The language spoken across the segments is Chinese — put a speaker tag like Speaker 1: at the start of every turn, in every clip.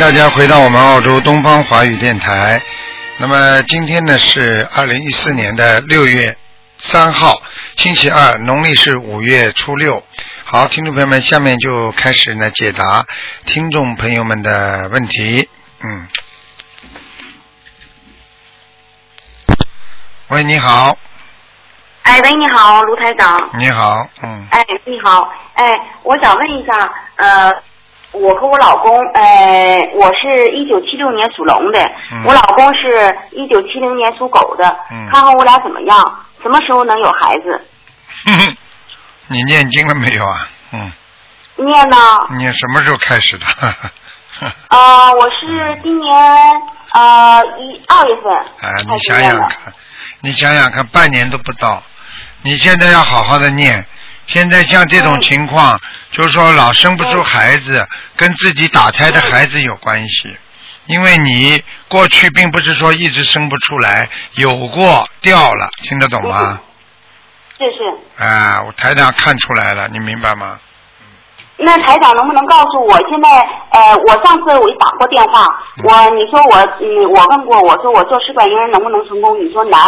Speaker 1: 大家回到我们澳洲东方华语电台。那么今天呢是二零一四年的六月三号，星期二，农历是五月初六。好，听众朋友们，下面就开始呢解答听众朋友们的问题。嗯，喂，你好，
Speaker 2: 哎，喂，你好，卢台长。
Speaker 1: 你好，嗯，
Speaker 2: 哎，你好，哎，我想问一下，呃，我和我老公，哎，我是一九七六年属龙的，
Speaker 1: 嗯
Speaker 2: 我老公是一九七零年属狗的，
Speaker 1: 嗯
Speaker 2: 看看我俩怎么样，什么时候能有孩子？
Speaker 1: 你念经了没有啊？嗯，
Speaker 2: 念呢？
Speaker 1: 你什么时候开始的？
Speaker 2: 啊、我是今年呃一二月份
Speaker 1: 啊，
Speaker 2: 开
Speaker 1: 你
Speaker 2: 始
Speaker 1: 想
Speaker 2: 念的
Speaker 1: 想。看，你想想看，半年都不到，你现在要好好的念。现在像这种
Speaker 2: 嗯
Speaker 1: 情况，就是说老生不出孩子，跟自己打胎
Speaker 2: 嗯
Speaker 1: 的孩子有关系。因为你过去并不是说一直生不出来，有过掉了，听得懂吗？
Speaker 2: 是是，
Speaker 1: 啊，我台长看出来了，你明白吗？
Speaker 2: 那台长能不能告诉我，现在呃，我上次我打过电话，
Speaker 1: 嗯
Speaker 2: 我你说我嗯，我问过，我说我做试管婴儿能不能成功？你说难，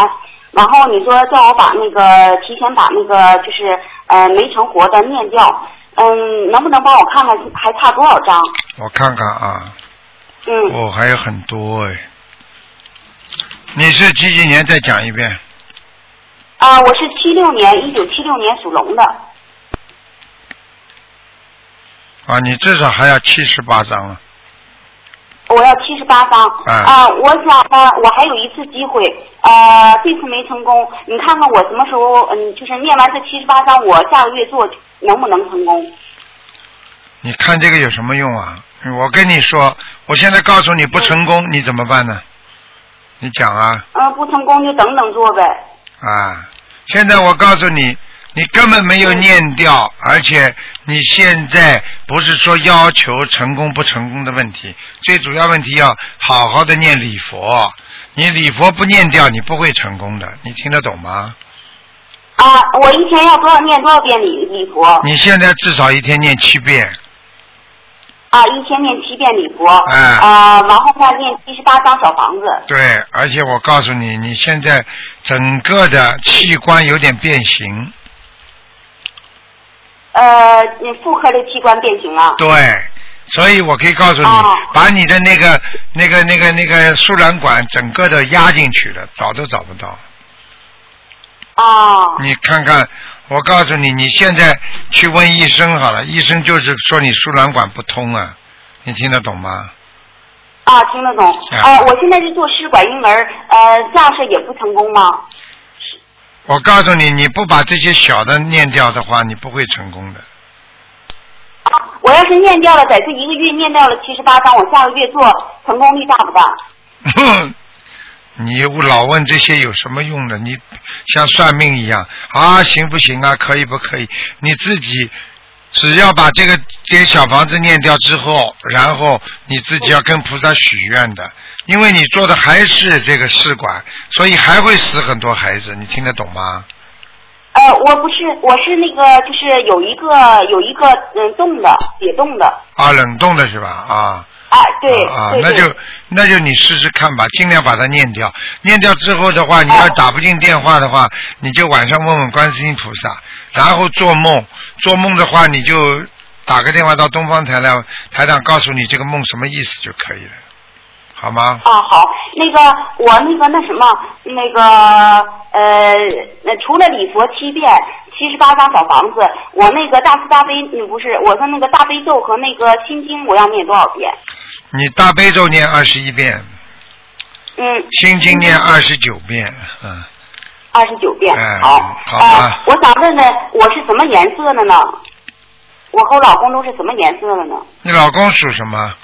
Speaker 2: 然后你说叫我把那个提前把那个就是呃没成活的念掉，嗯，能不能帮我看看还差多少张？
Speaker 1: 我看看啊，
Speaker 2: 嗯，
Speaker 1: 我、还有很多哎。你是几几年？再讲一遍。
Speaker 2: 啊、我是七六年，一九七六年属龙的，
Speaker 1: 啊，你至少还要七十八张了。
Speaker 2: 我要七十八张。
Speaker 1: 嗯
Speaker 2: 啊、我想呢，我还有一次机会，呃，这次没成功，你看看我什么时候，嗯，就是念完这七十八章，我下个月做能不能成功？
Speaker 1: 你看这个有什么用啊？我跟你说，我现在告诉你不成功，你怎么办呢？你讲啊
Speaker 2: 嗯、不成功就等等做呗。
Speaker 1: 啊！现在我告诉你，你根本没有念掉，而且你现在不是说要求成功不成功的问题，最主要问题要好好的念礼佛。你礼佛不念掉，你不会成功的，你听得懂吗？
Speaker 2: 啊，我一天要多少念多少遍礼礼佛？
Speaker 1: 你现在至少一天念七遍，
Speaker 2: 啊，一天念七遍礼佛。
Speaker 1: 嗯
Speaker 2: 啊，然后再念七十八张小房子。
Speaker 1: 对，而且我告诉你，你现在整个的器官有点变形，
Speaker 2: 呃，你妇科的器官变形啊。
Speaker 1: 对，所以我可以告诉你，
Speaker 2: 哦
Speaker 1: 把你的那个、那个、那个、那个输卵管整个的压进去了，找都找不到。
Speaker 2: 啊。
Speaker 1: 你看看，我告诉你，你现在去问医生好了，医生就是说你输卵管不通啊，你听得懂吗？
Speaker 2: 啊，听得懂。
Speaker 1: 啊
Speaker 2: 呃，我现在是做试管婴儿，呃，这样是也不成功吗？
Speaker 1: 我告诉你，你不把这些小的念掉的话，你不会成功的。
Speaker 2: 啊，我要是念掉了，在这一个月念掉了七十八张，我下个月做成功率大不大？
Speaker 1: 你老问这些有什么用呢？你像算命一样啊，行不行啊？可以不可以？你自己只要把这个这些小房子念掉之后，然后你自己要跟菩萨许愿的，因为你做的还是这个试管，所以还会死很多孩子。你听得懂吗？
Speaker 2: 呃，我不是，我是那个，就是有一个有一个嗯冻的解冻的，
Speaker 1: 啊，冷冻的是吧？啊，
Speaker 2: 啊，对、
Speaker 1: 啊，啊
Speaker 2: 对
Speaker 1: 那
Speaker 2: 对，
Speaker 1: 就那就你试试看吧，尽量把它念掉。念掉之后的话，你要
Speaker 2: 哦
Speaker 1: 打不进电话的话，你就晚上问问观世音菩萨，然后做梦，做梦的话你就打个电话到东方台来，台长告诉你这个梦什么意思就可以了，好吗？
Speaker 2: 啊好，那个我那个那什么那个呃，那除了礼佛七遍、七十八张小房子，我那个大慈大悲，嗯不是，我说那个大悲咒和那个心经，我要念多少遍？
Speaker 1: 你大悲咒念二十一遍，
Speaker 2: 嗯，
Speaker 1: 心经念二十九遍，嗯，
Speaker 2: 二十九遍。
Speaker 1: 哎
Speaker 2: 好，
Speaker 1: 好
Speaker 2: 呃
Speaker 1: 吧
Speaker 2: 我想问问我是什么颜色的呢？我和我老公都是什么颜色的呢？
Speaker 1: 你老公属什么？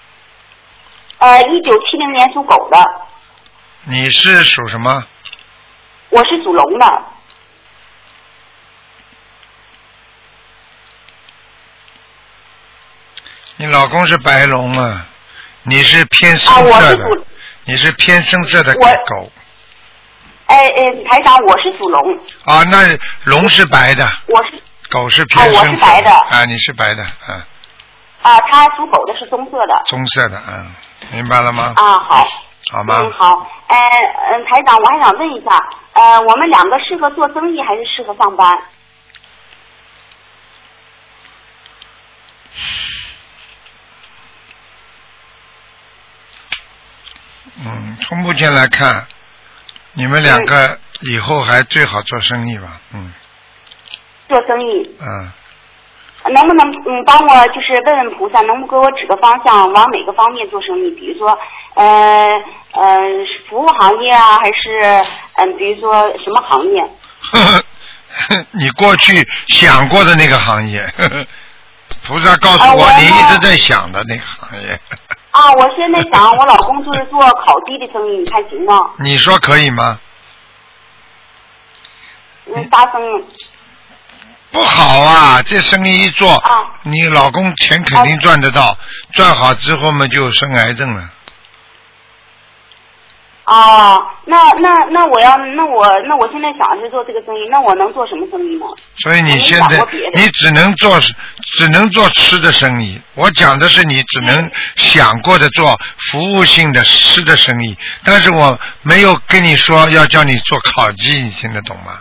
Speaker 2: 呃，一九七零年属狗的，
Speaker 1: 你是属什么？
Speaker 2: 我是属龙的。
Speaker 1: 你老公是白龙啊，你是偏深
Speaker 2: 啊我
Speaker 1: 色
Speaker 2: 是
Speaker 1: 的，
Speaker 2: 属
Speaker 1: 你是偏深色的
Speaker 2: 我
Speaker 1: 狗。
Speaker 2: 哎哎，台长，我是属龙，
Speaker 1: 啊，那龙是白的，
Speaker 2: 我是
Speaker 1: 狗是偏
Speaker 2: 啊我
Speaker 1: 深
Speaker 2: 是
Speaker 1: 色
Speaker 2: 白的
Speaker 1: 啊，你是白的，啊，
Speaker 2: 啊，它属狗的是棕色的。
Speaker 1: 棕色的，嗯，明白了吗？
Speaker 2: 啊，好。
Speaker 1: 好吗？
Speaker 2: 嗯，好。呃，嗯，台长，我还想问一下，呃，我们两个适合做生意还是适合上班？
Speaker 1: 嗯，从目前来看，你们两个以后还最好做生意吧，嗯
Speaker 2: 做生意，
Speaker 1: 嗯，
Speaker 2: 能不能嗯帮我就是问问菩萨，能不给我指个方向，往哪个方面做生意？比如说，呃呃，是服务行业啊，还是嗯、比如说什么行业？
Speaker 1: 呵呵 你过去想过的那个行业， 呵呵菩萨告诉我
Speaker 2: 啊我
Speaker 1: 你一直在想的那个行业，
Speaker 2: 啊，我现在想，我老公就是做烤鸡的生意，你看行吗？
Speaker 1: 你说可以吗？
Speaker 2: 嗯，大生意
Speaker 1: 不好啊，这生意一做，
Speaker 2: 啊
Speaker 1: 你老公钱肯定赚得到，赚好之后嘛就生癌症了。
Speaker 2: 哦，那那那我要那我那我现在想是做这个生意，那我能做什么生意呢？
Speaker 1: 所以你现
Speaker 2: 我没
Speaker 1: 在
Speaker 2: 想过别的
Speaker 1: 你只能做只能做吃的生意。我讲的是你只能
Speaker 2: 嗯
Speaker 1: 想过的做服务性的吃的生意，但是我没有跟你说要叫你做烤鸡，你听得懂吗？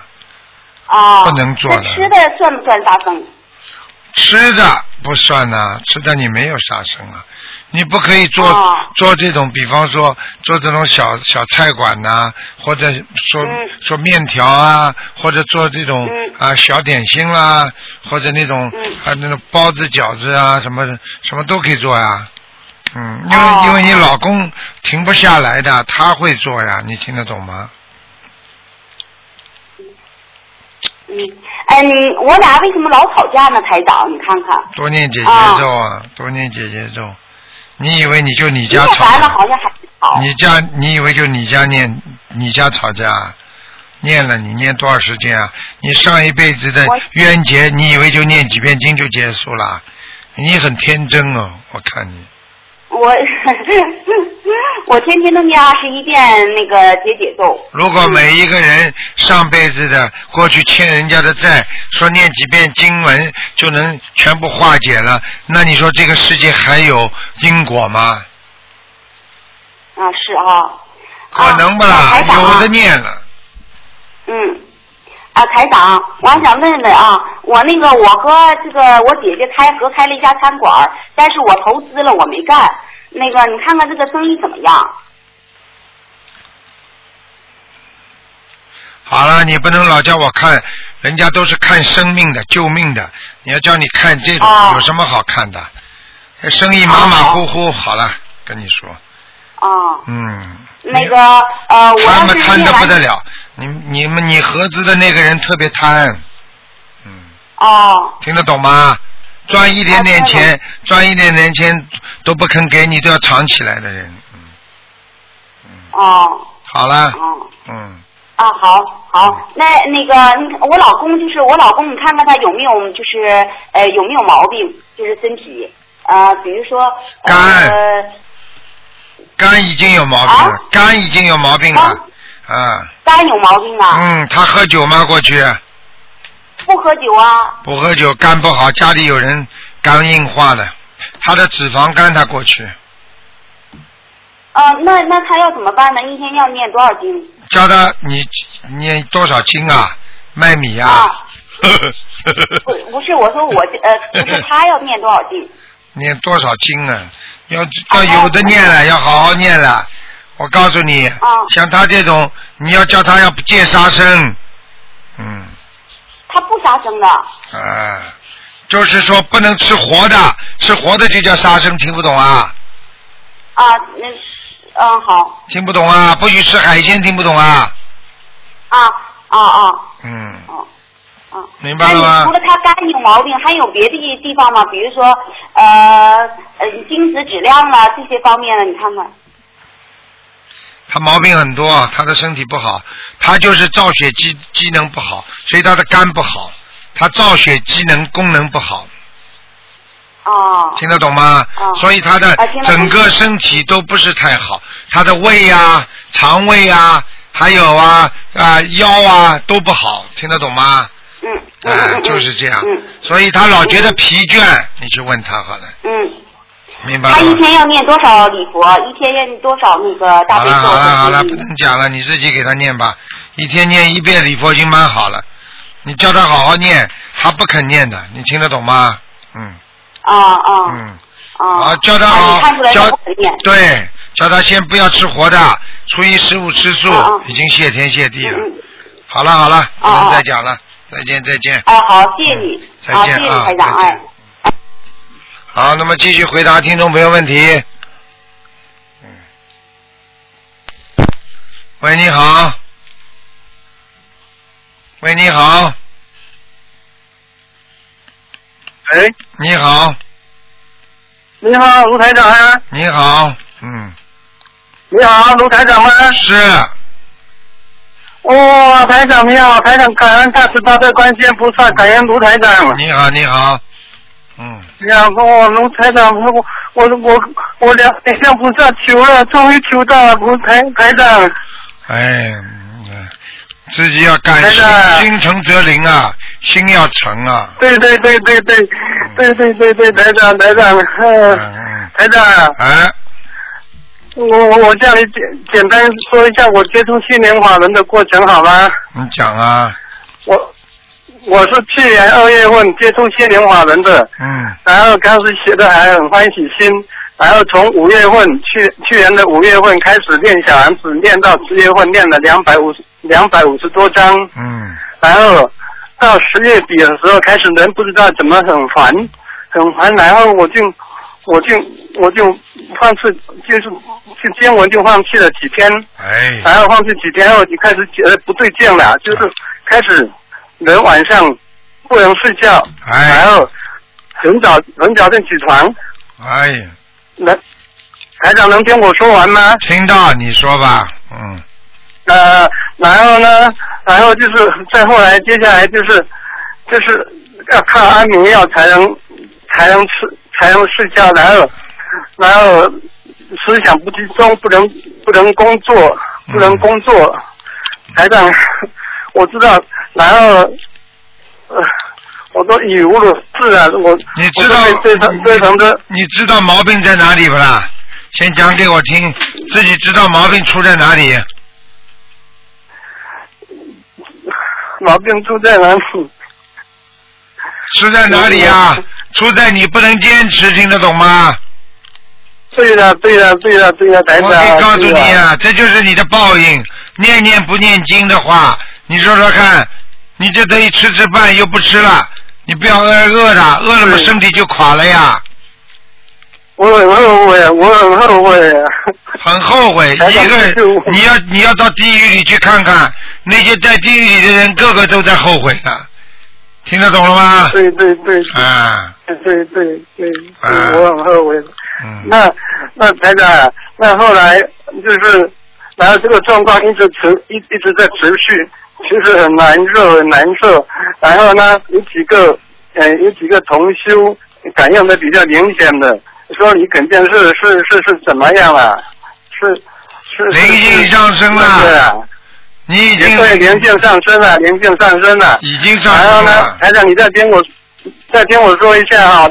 Speaker 2: 啊，
Speaker 1: 不能做
Speaker 2: 那
Speaker 1: 的
Speaker 2: 吃的算不算大生意？
Speaker 1: 吃的不算呐、吃的你没有杀生啊，你不可以做、
Speaker 2: 哦
Speaker 1: 做这种，比方说做这种小小菜馆呐、或者说、
Speaker 2: 嗯
Speaker 1: 说面条啊，或者做这种、
Speaker 2: 嗯
Speaker 1: 啊小点心啦、或者那种、
Speaker 2: 嗯
Speaker 1: 啊那种包子、饺子啊，什么什么都可以做呀、嗯，因为、
Speaker 2: 哦
Speaker 1: 因为你老公停不下来的，他会做呀，你听得懂吗？
Speaker 2: 嗯，哎，你我俩为什么老吵架呢？台长，你看看，
Speaker 1: 多念姐姐
Speaker 2: 哦
Speaker 1: 咒啊，多念姐姐咒。你以为你就你
Speaker 2: 念
Speaker 1: 家吵
Speaker 2: 完
Speaker 1: 架
Speaker 2: 了？好像还是吵。
Speaker 1: 你家，你以为就你家念，你家吵架啊，念了你念多少时间啊？你上一辈子的
Speaker 2: 我
Speaker 1: 冤结，你以为就念几遍经就结束了？你很天真哦，我看你。
Speaker 2: 我我天天都念二十一遍那个解解咒。
Speaker 1: 如果每一个人上辈子的过去欠人家的债，说念几遍经文就能全部化解了，那你说这个世界还有因果吗？
Speaker 2: 啊，是啊。
Speaker 1: 可能不
Speaker 2: 啊
Speaker 1: 啦，
Speaker 2: 台长啊
Speaker 1: 有的念了。
Speaker 2: 嗯，啊，台长，我还想问问啊，我那个我和这个我姐姐开合开了一家餐馆儿，但是我投资了，我没干。那个你看看这个生意怎么样？
Speaker 1: 好了，你不能老叫我看，人家都是看生命的、救命的，你要叫你看这种，
Speaker 2: 哦哦
Speaker 1: 有什么好看的？生意马马虎虎，好了，跟你说，
Speaker 2: 啊，
Speaker 1: 嗯，
Speaker 2: 那个呃，我
Speaker 1: 他
Speaker 2: 要
Speaker 1: 们
Speaker 2: 是
Speaker 1: 贪
Speaker 2: 念
Speaker 1: 的不得
Speaker 2: 完
Speaker 1: 了，你你们你合资的那个人特别贪，嗯，
Speaker 2: 哦
Speaker 1: 听得懂吗？赚一点点
Speaker 2: 啊
Speaker 1: 钱，赚一点点钱都不肯给你，都要藏起来的人，嗯，
Speaker 2: 哦
Speaker 1: 好了，
Speaker 2: 哦
Speaker 1: 嗯，
Speaker 2: 啊，好好，那那个你我老公就是我老公，你看看他有没有就是呃有没有毛病，就是身体呃，比如说呃
Speaker 1: 肝肝已经有毛病了
Speaker 2: 啊，
Speaker 1: 肝已经有毛病了，啊。
Speaker 2: 肝有毛病啊，
Speaker 1: 嗯，他喝酒吗？过去
Speaker 2: 不喝酒啊。
Speaker 1: 不喝酒，肝不好，家里有人肝硬化的，他的脂肪肝他过去
Speaker 2: 啊，那那他要怎么办呢？一天要念多少经？
Speaker 1: 叫他你念多少斤啊？麦米
Speaker 2: 啊
Speaker 1: 啊？
Speaker 2: 不不是，我说我呃，不是他要念多少经？
Speaker 1: 念多少斤啊？要要有的念了，要好好念了。我告诉你，
Speaker 2: 啊
Speaker 1: 像他这种，你要叫他要戒杀生，嗯
Speaker 2: 他不杀生的。
Speaker 1: 啊，就是说不能吃活的，吃活的就叫杀生，听不懂啊？
Speaker 2: 啊，那嗯好
Speaker 1: 听不懂啊，不许吃海鲜，听不懂啊。
Speaker 2: 啊啊啊
Speaker 1: 嗯，
Speaker 2: 哦啊。
Speaker 1: 明白了吗
Speaker 2: 那你除了他肝有毛病，还有别的地方吗？比如说呃呃精子质量啦这些方面的，你看看。
Speaker 1: 他毛病很多，他的身体不好，他就是造血机机能不好，所以他的肝不好，他造血机能功能不好，
Speaker 2: 哦
Speaker 1: 听得懂吗？
Speaker 2: 哦
Speaker 1: 所以他的
Speaker 2: 啊听得懂
Speaker 1: 整个身体都不是太好，他的胃啊、肠胃啊，还有啊啊、腰啊都不好，听得懂吗？
Speaker 2: 嗯嗯
Speaker 1: 哎、
Speaker 2: 嗯
Speaker 1: 就是这样
Speaker 2: 嗯。
Speaker 1: 所以他老觉得疲倦，你去问他好了，
Speaker 2: 嗯，
Speaker 1: 明白
Speaker 2: 他一
Speaker 1: 了吗？
Speaker 2: 天要念多少礼佛？一天要念多少那个大
Speaker 1: 好
Speaker 2: 悲
Speaker 1: 了
Speaker 2: 咒嗯
Speaker 1: 好了好了，
Speaker 2: 和
Speaker 1: 不
Speaker 2: 心经？
Speaker 1: 能讲了，你自己给他念吧。一天念一遍礼佛已经蛮好了，你叫他好好念，他不肯念的，你听得懂吗？嗯
Speaker 2: 啊啊
Speaker 1: 嗯。
Speaker 2: 啊
Speaker 1: 啊，！叫他
Speaker 2: 啊
Speaker 1: 好
Speaker 2: 你看出来，
Speaker 1: 叫
Speaker 2: 他不肯念。
Speaker 1: 对，叫他先不要吃活的，初一十五吃素
Speaker 2: 嗯嗯，
Speaker 1: 已经谢天谢地了。
Speaker 2: 嗯嗯。
Speaker 1: 好了好了，不
Speaker 2: 嗯
Speaker 1: 能
Speaker 2: 嗯
Speaker 1: 再讲了，再见再见。
Speaker 2: 哎，好，谢谢你，
Speaker 1: 再
Speaker 2: 啊，谢
Speaker 1: 见
Speaker 2: 谢你
Speaker 1: 啊
Speaker 2: 台长，
Speaker 1: 再见
Speaker 2: 哎。
Speaker 1: 好，那么继续回答听众朋友问题。嗯，喂，你好。喂，你好，
Speaker 3: 哎，
Speaker 1: 你好，
Speaker 3: 你好，卢台长啊！
Speaker 1: 你好，嗯，
Speaker 3: 你好，卢台长吗？
Speaker 1: 是，
Speaker 3: 哇、哦，台长你好，台长感恩大慈大悲观世音菩萨，感恩卢台长。
Speaker 1: 你好，你好，嗯，
Speaker 3: 你好，我、卢台长，我我我我两两向菩萨求了，终于求到了卢台台长。
Speaker 1: 哎，嗯自己要感
Speaker 3: 台
Speaker 1: 心，
Speaker 3: 长
Speaker 1: 心诚则灵啊，心要诚啊，
Speaker 3: 对对对对对对对对对，台长台长，
Speaker 1: 嗯
Speaker 3: 嗯，
Speaker 1: 嗯，
Speaker 3: 台长，
Speaker 1: 哎，
Speaker 3: 我我叫你简简单说一下我接触新年法轮的过程好吗？
Speaker 1: 你讲啊，
Speaker 3: 我我是去年二月份接触新年法轮的。
Speaker 1: 嗯
Speaker 3: 然后当时学的还很欢喜心，然后从五月份去去年的五月份开始练小王子，练到十月份练了两百五十两百五十多张，
Speaker 1: 嗯
Speaker 3: 然后到十月底的时候开始人不知道怎么很烦，很烦，然后我就我就我就放弃，就是就经文就放弃了几天，
Speaker 1: 哎，
Speaker 3: 然后放弃几天后就开始觉得不对劲了，就是开始人晚上不能睡觉，
Speaker 1: 哎
Speaker 3: 然后很早很早就起床。
Speaker 1: 哎呀，
Speaker 3: 能，台长能听我说完吗？
Speaker 1: 听到你说吧，嗯
Speaker 3: 呃，然后呢，然后就是再后来，接下来就是就是要靠安眠药才能才能吃才能睡觉，然后然后思想不集中，不能不能工作，
Speaker 1: 嗯
Speaker 3: 不能工作。台长，我知道，然后呃，我都语无伦次啊，我
Speaker 1: 你知道
Speaker 3: 我都被这层这层的。
Speaker 1: 呃你知道毛病在哪里不啦？先讲给我听，自己知道毛病出在哪里？
Speaker 3: 毛病出在哪里？
Speaker 1: 出在哪里啊
Speaker 3: 嗯？
Speaker 1: 出在你不能坚持，听得懂吗？
Speaker 3: 对的，对的，对的，对的，台
Speaker 1: 我
Speaker 3: 长。
Speaker 1: 可以告诉你
Speaker 3: 对的，
Speaker 1: 啊，这就是你的报应。念念不念经的话，你说说看，你就等于吃吃饭又不吃了，你不要饿饿的，饿了嘛
Speaker 3: 对
Speaker 1: 身体就垮了呀，
Speaker 3: 我很后悔，我很后悔。
Speaker 1: 很后悔。一
Speaker 3: 台长
Speaker 1: 个
Speaker 3: 就是我
Speaker 1: 你要你要到地狱里去看看，那些在地狱里的人个个都在后悔呢，听得懂了吗？
Speaker 3: 对对对
Speaker 1: 啊，
Speaker 3: 对对对，
Speaker 1: 啊
Speaker 3: 我很后悔。
Speaker 1: 嗯，
Speaker 3: 那那台长，那后来就是，然后这个状况一直持一一直在持续，其实很难受很难受。然后呢，有几个呃有几个同修感应的比较明显的，说你肯定是是是是怎么样了、是是
Speaker 1: 灵性上升了
Speaker 3: 对啊。
Speaker 1: 你已经
Speaker 3: 对，灵性上升了，灵性上升了。
Speaker 1: 已经上
Speaker 3: 然后
Speaker 1: 升
Speaker 3: 呢
Speaker 1: 了，，
Speaker 3: 台长，你再听我，再听我说一下哈、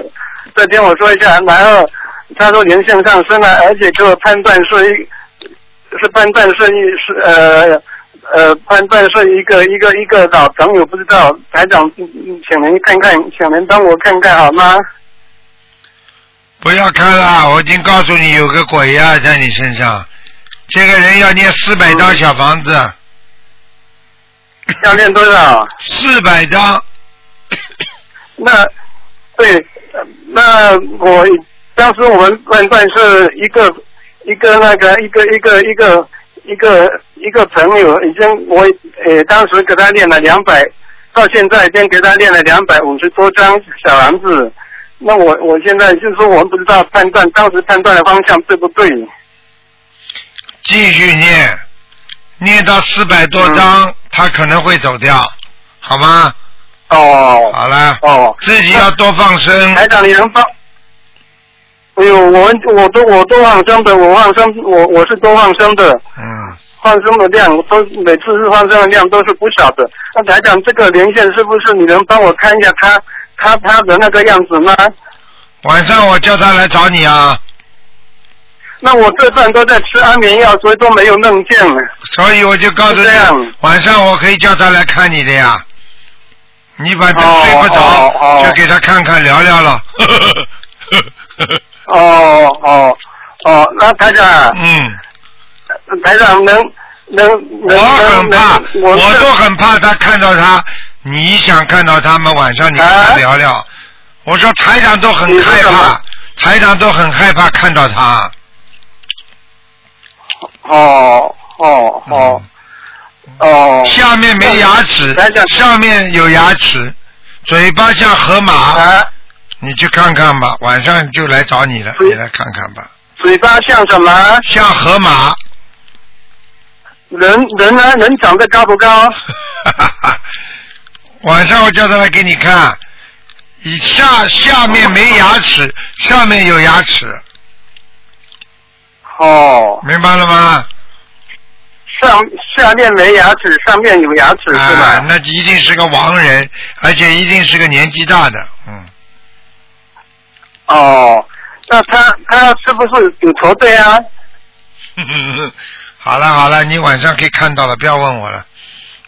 Speaker 3: 再听我说一下。然后他说灵性上升了，啊而且给我判断是一，是判断是一是呃呃判断是一个一个一个老朋友，不知道台长，嗯嗯请您看看，请您帮我看看好吗？
Speaker 1: 不要看了，我已经告诉你有个鬼呀、在你身上。这个人要念四百张小房子，
Speaker 3: 嗯要练多少？
Speaker 1: 四百张，
Speaker 3: 那对，呃那我当时我们判断是一个一个那个一个一个一个一个一个朋友，已经我呃当时给他练了两百，到现在已经给他练了两百五十多张小丸子。那我我现在就是说我们不知道判断当时判断的方向对不对？
Speaker 1: 继续念，念到四百多张，
Speaker 3: 嗯
Speaker 1: 他可能会走掉，好吗？
Speaker 3: 哦
Speaker 1: 好了，
Speaker 3: 哦，
Speaker 1: 自己要多放生。
Speaker 3: 台长，你能帮？哎呦，我我都我都放生的，我放生，我我是都放生的。
Speaker 1: 嗯，
Speaker 3: 放生的量都每次是放生的量都是不少的。那台长，这个连线是不是你能帮我看一下他他他的那个样子吗？
Speaker 1: 晚上我叫他来找你啊，
Speaker 3: 那我这段都在吃安眠药，所以都没有弄见 了。
Speaker 1: 所以我就告诉
Speaker 3: 是这
Speaker 1: 你
Speaker 3: 样，
Speaker 1: 晚上我可以叫他来看你的呀。你反正
Speaker 3: 哦
Speaker 1: 睡不
Speaker 3: 哦
Speaker 1: 着，
Speaker 3: 哦
Speaker 1: 就给他看看聊聊了。
Speaker 3: 哦哦哦，那台长，
Speaker 1: 嗯，
Speaker 3: 台长能能
Speaker 1: 我
Speaker 3: 能能
Speaker 1: 很怕，
Speaker 3: 能，哎我
Speaker 1: 啊我
Speaker 3: 是
Speaker 1: 都很怕他看到他。你想看到他们晚上你跟他
Speaker 3: 啊
Speaker 1: 聊聊。我说台长都很
Speaker 3: 你说
Speaker 1: 害
Speaker 3: 什
Speaker 1: 怕
Speaker 3: 么，
Speaker 1: 台长都很害怕看到他。
Speaker 3: 哦哦哦哦，
Speaker 1: 嗯下面没牙齿
Speaker 3: 台长，
Speaker 1: 上面有牙齿，嘴巴像河马。
Speaker 3: 啊，
Speaker 1: 你去看看吧，晚上就来找你了，
Speaker 3: 嗯
Speaker 1: 你来看看吧。
Speaker 3: 嘴巴像什么？
Speaker 1: 像河马，
Speaker 3: 人人呢？人长得高不高？
Speaker 1: 晚上我叫他来给你看。以下下面没牙齿，上面有牙齿，
Speaker 3: 哦，
Speaker 1: 明白了吗？
Speaker 3: 上下面没牙齿，上面有牙齿是
Speaker 1: 啊，
Speaker 3: 吧？
Speaker 1: 那一定是个亡人，而且一定是个年纪大的， 嗯，
Speaker 3: 哦，那他他是不是有驼背啊？
Speaker 1: 好了好了，你晚上可以看到了，不要问我了，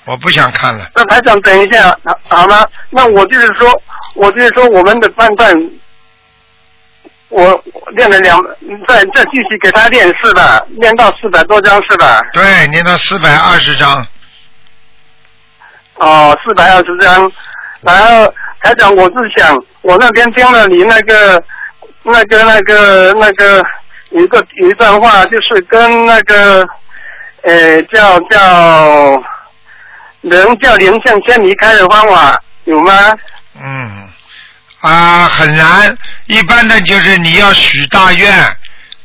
Speaker 1: 我不想看了。
Speaker 3: 那台长，等一下，好好吗？那我就是说，我就是说，我们的判断，我我练了两，再再继续给他练是吧？练到四百多张是吧？
Speaker 1: 对，念到四百二十章，
Speaker 3: 哦，四百二十张。然后台长，我是想，我那边听了你那个、那个、那个、那个有一个有一段话，就是跟那个，呃，叫叫人叫灵性先离开的方法有吗？
Speaker 1: 嗯，啊，很难。一般的就是你要许大愿，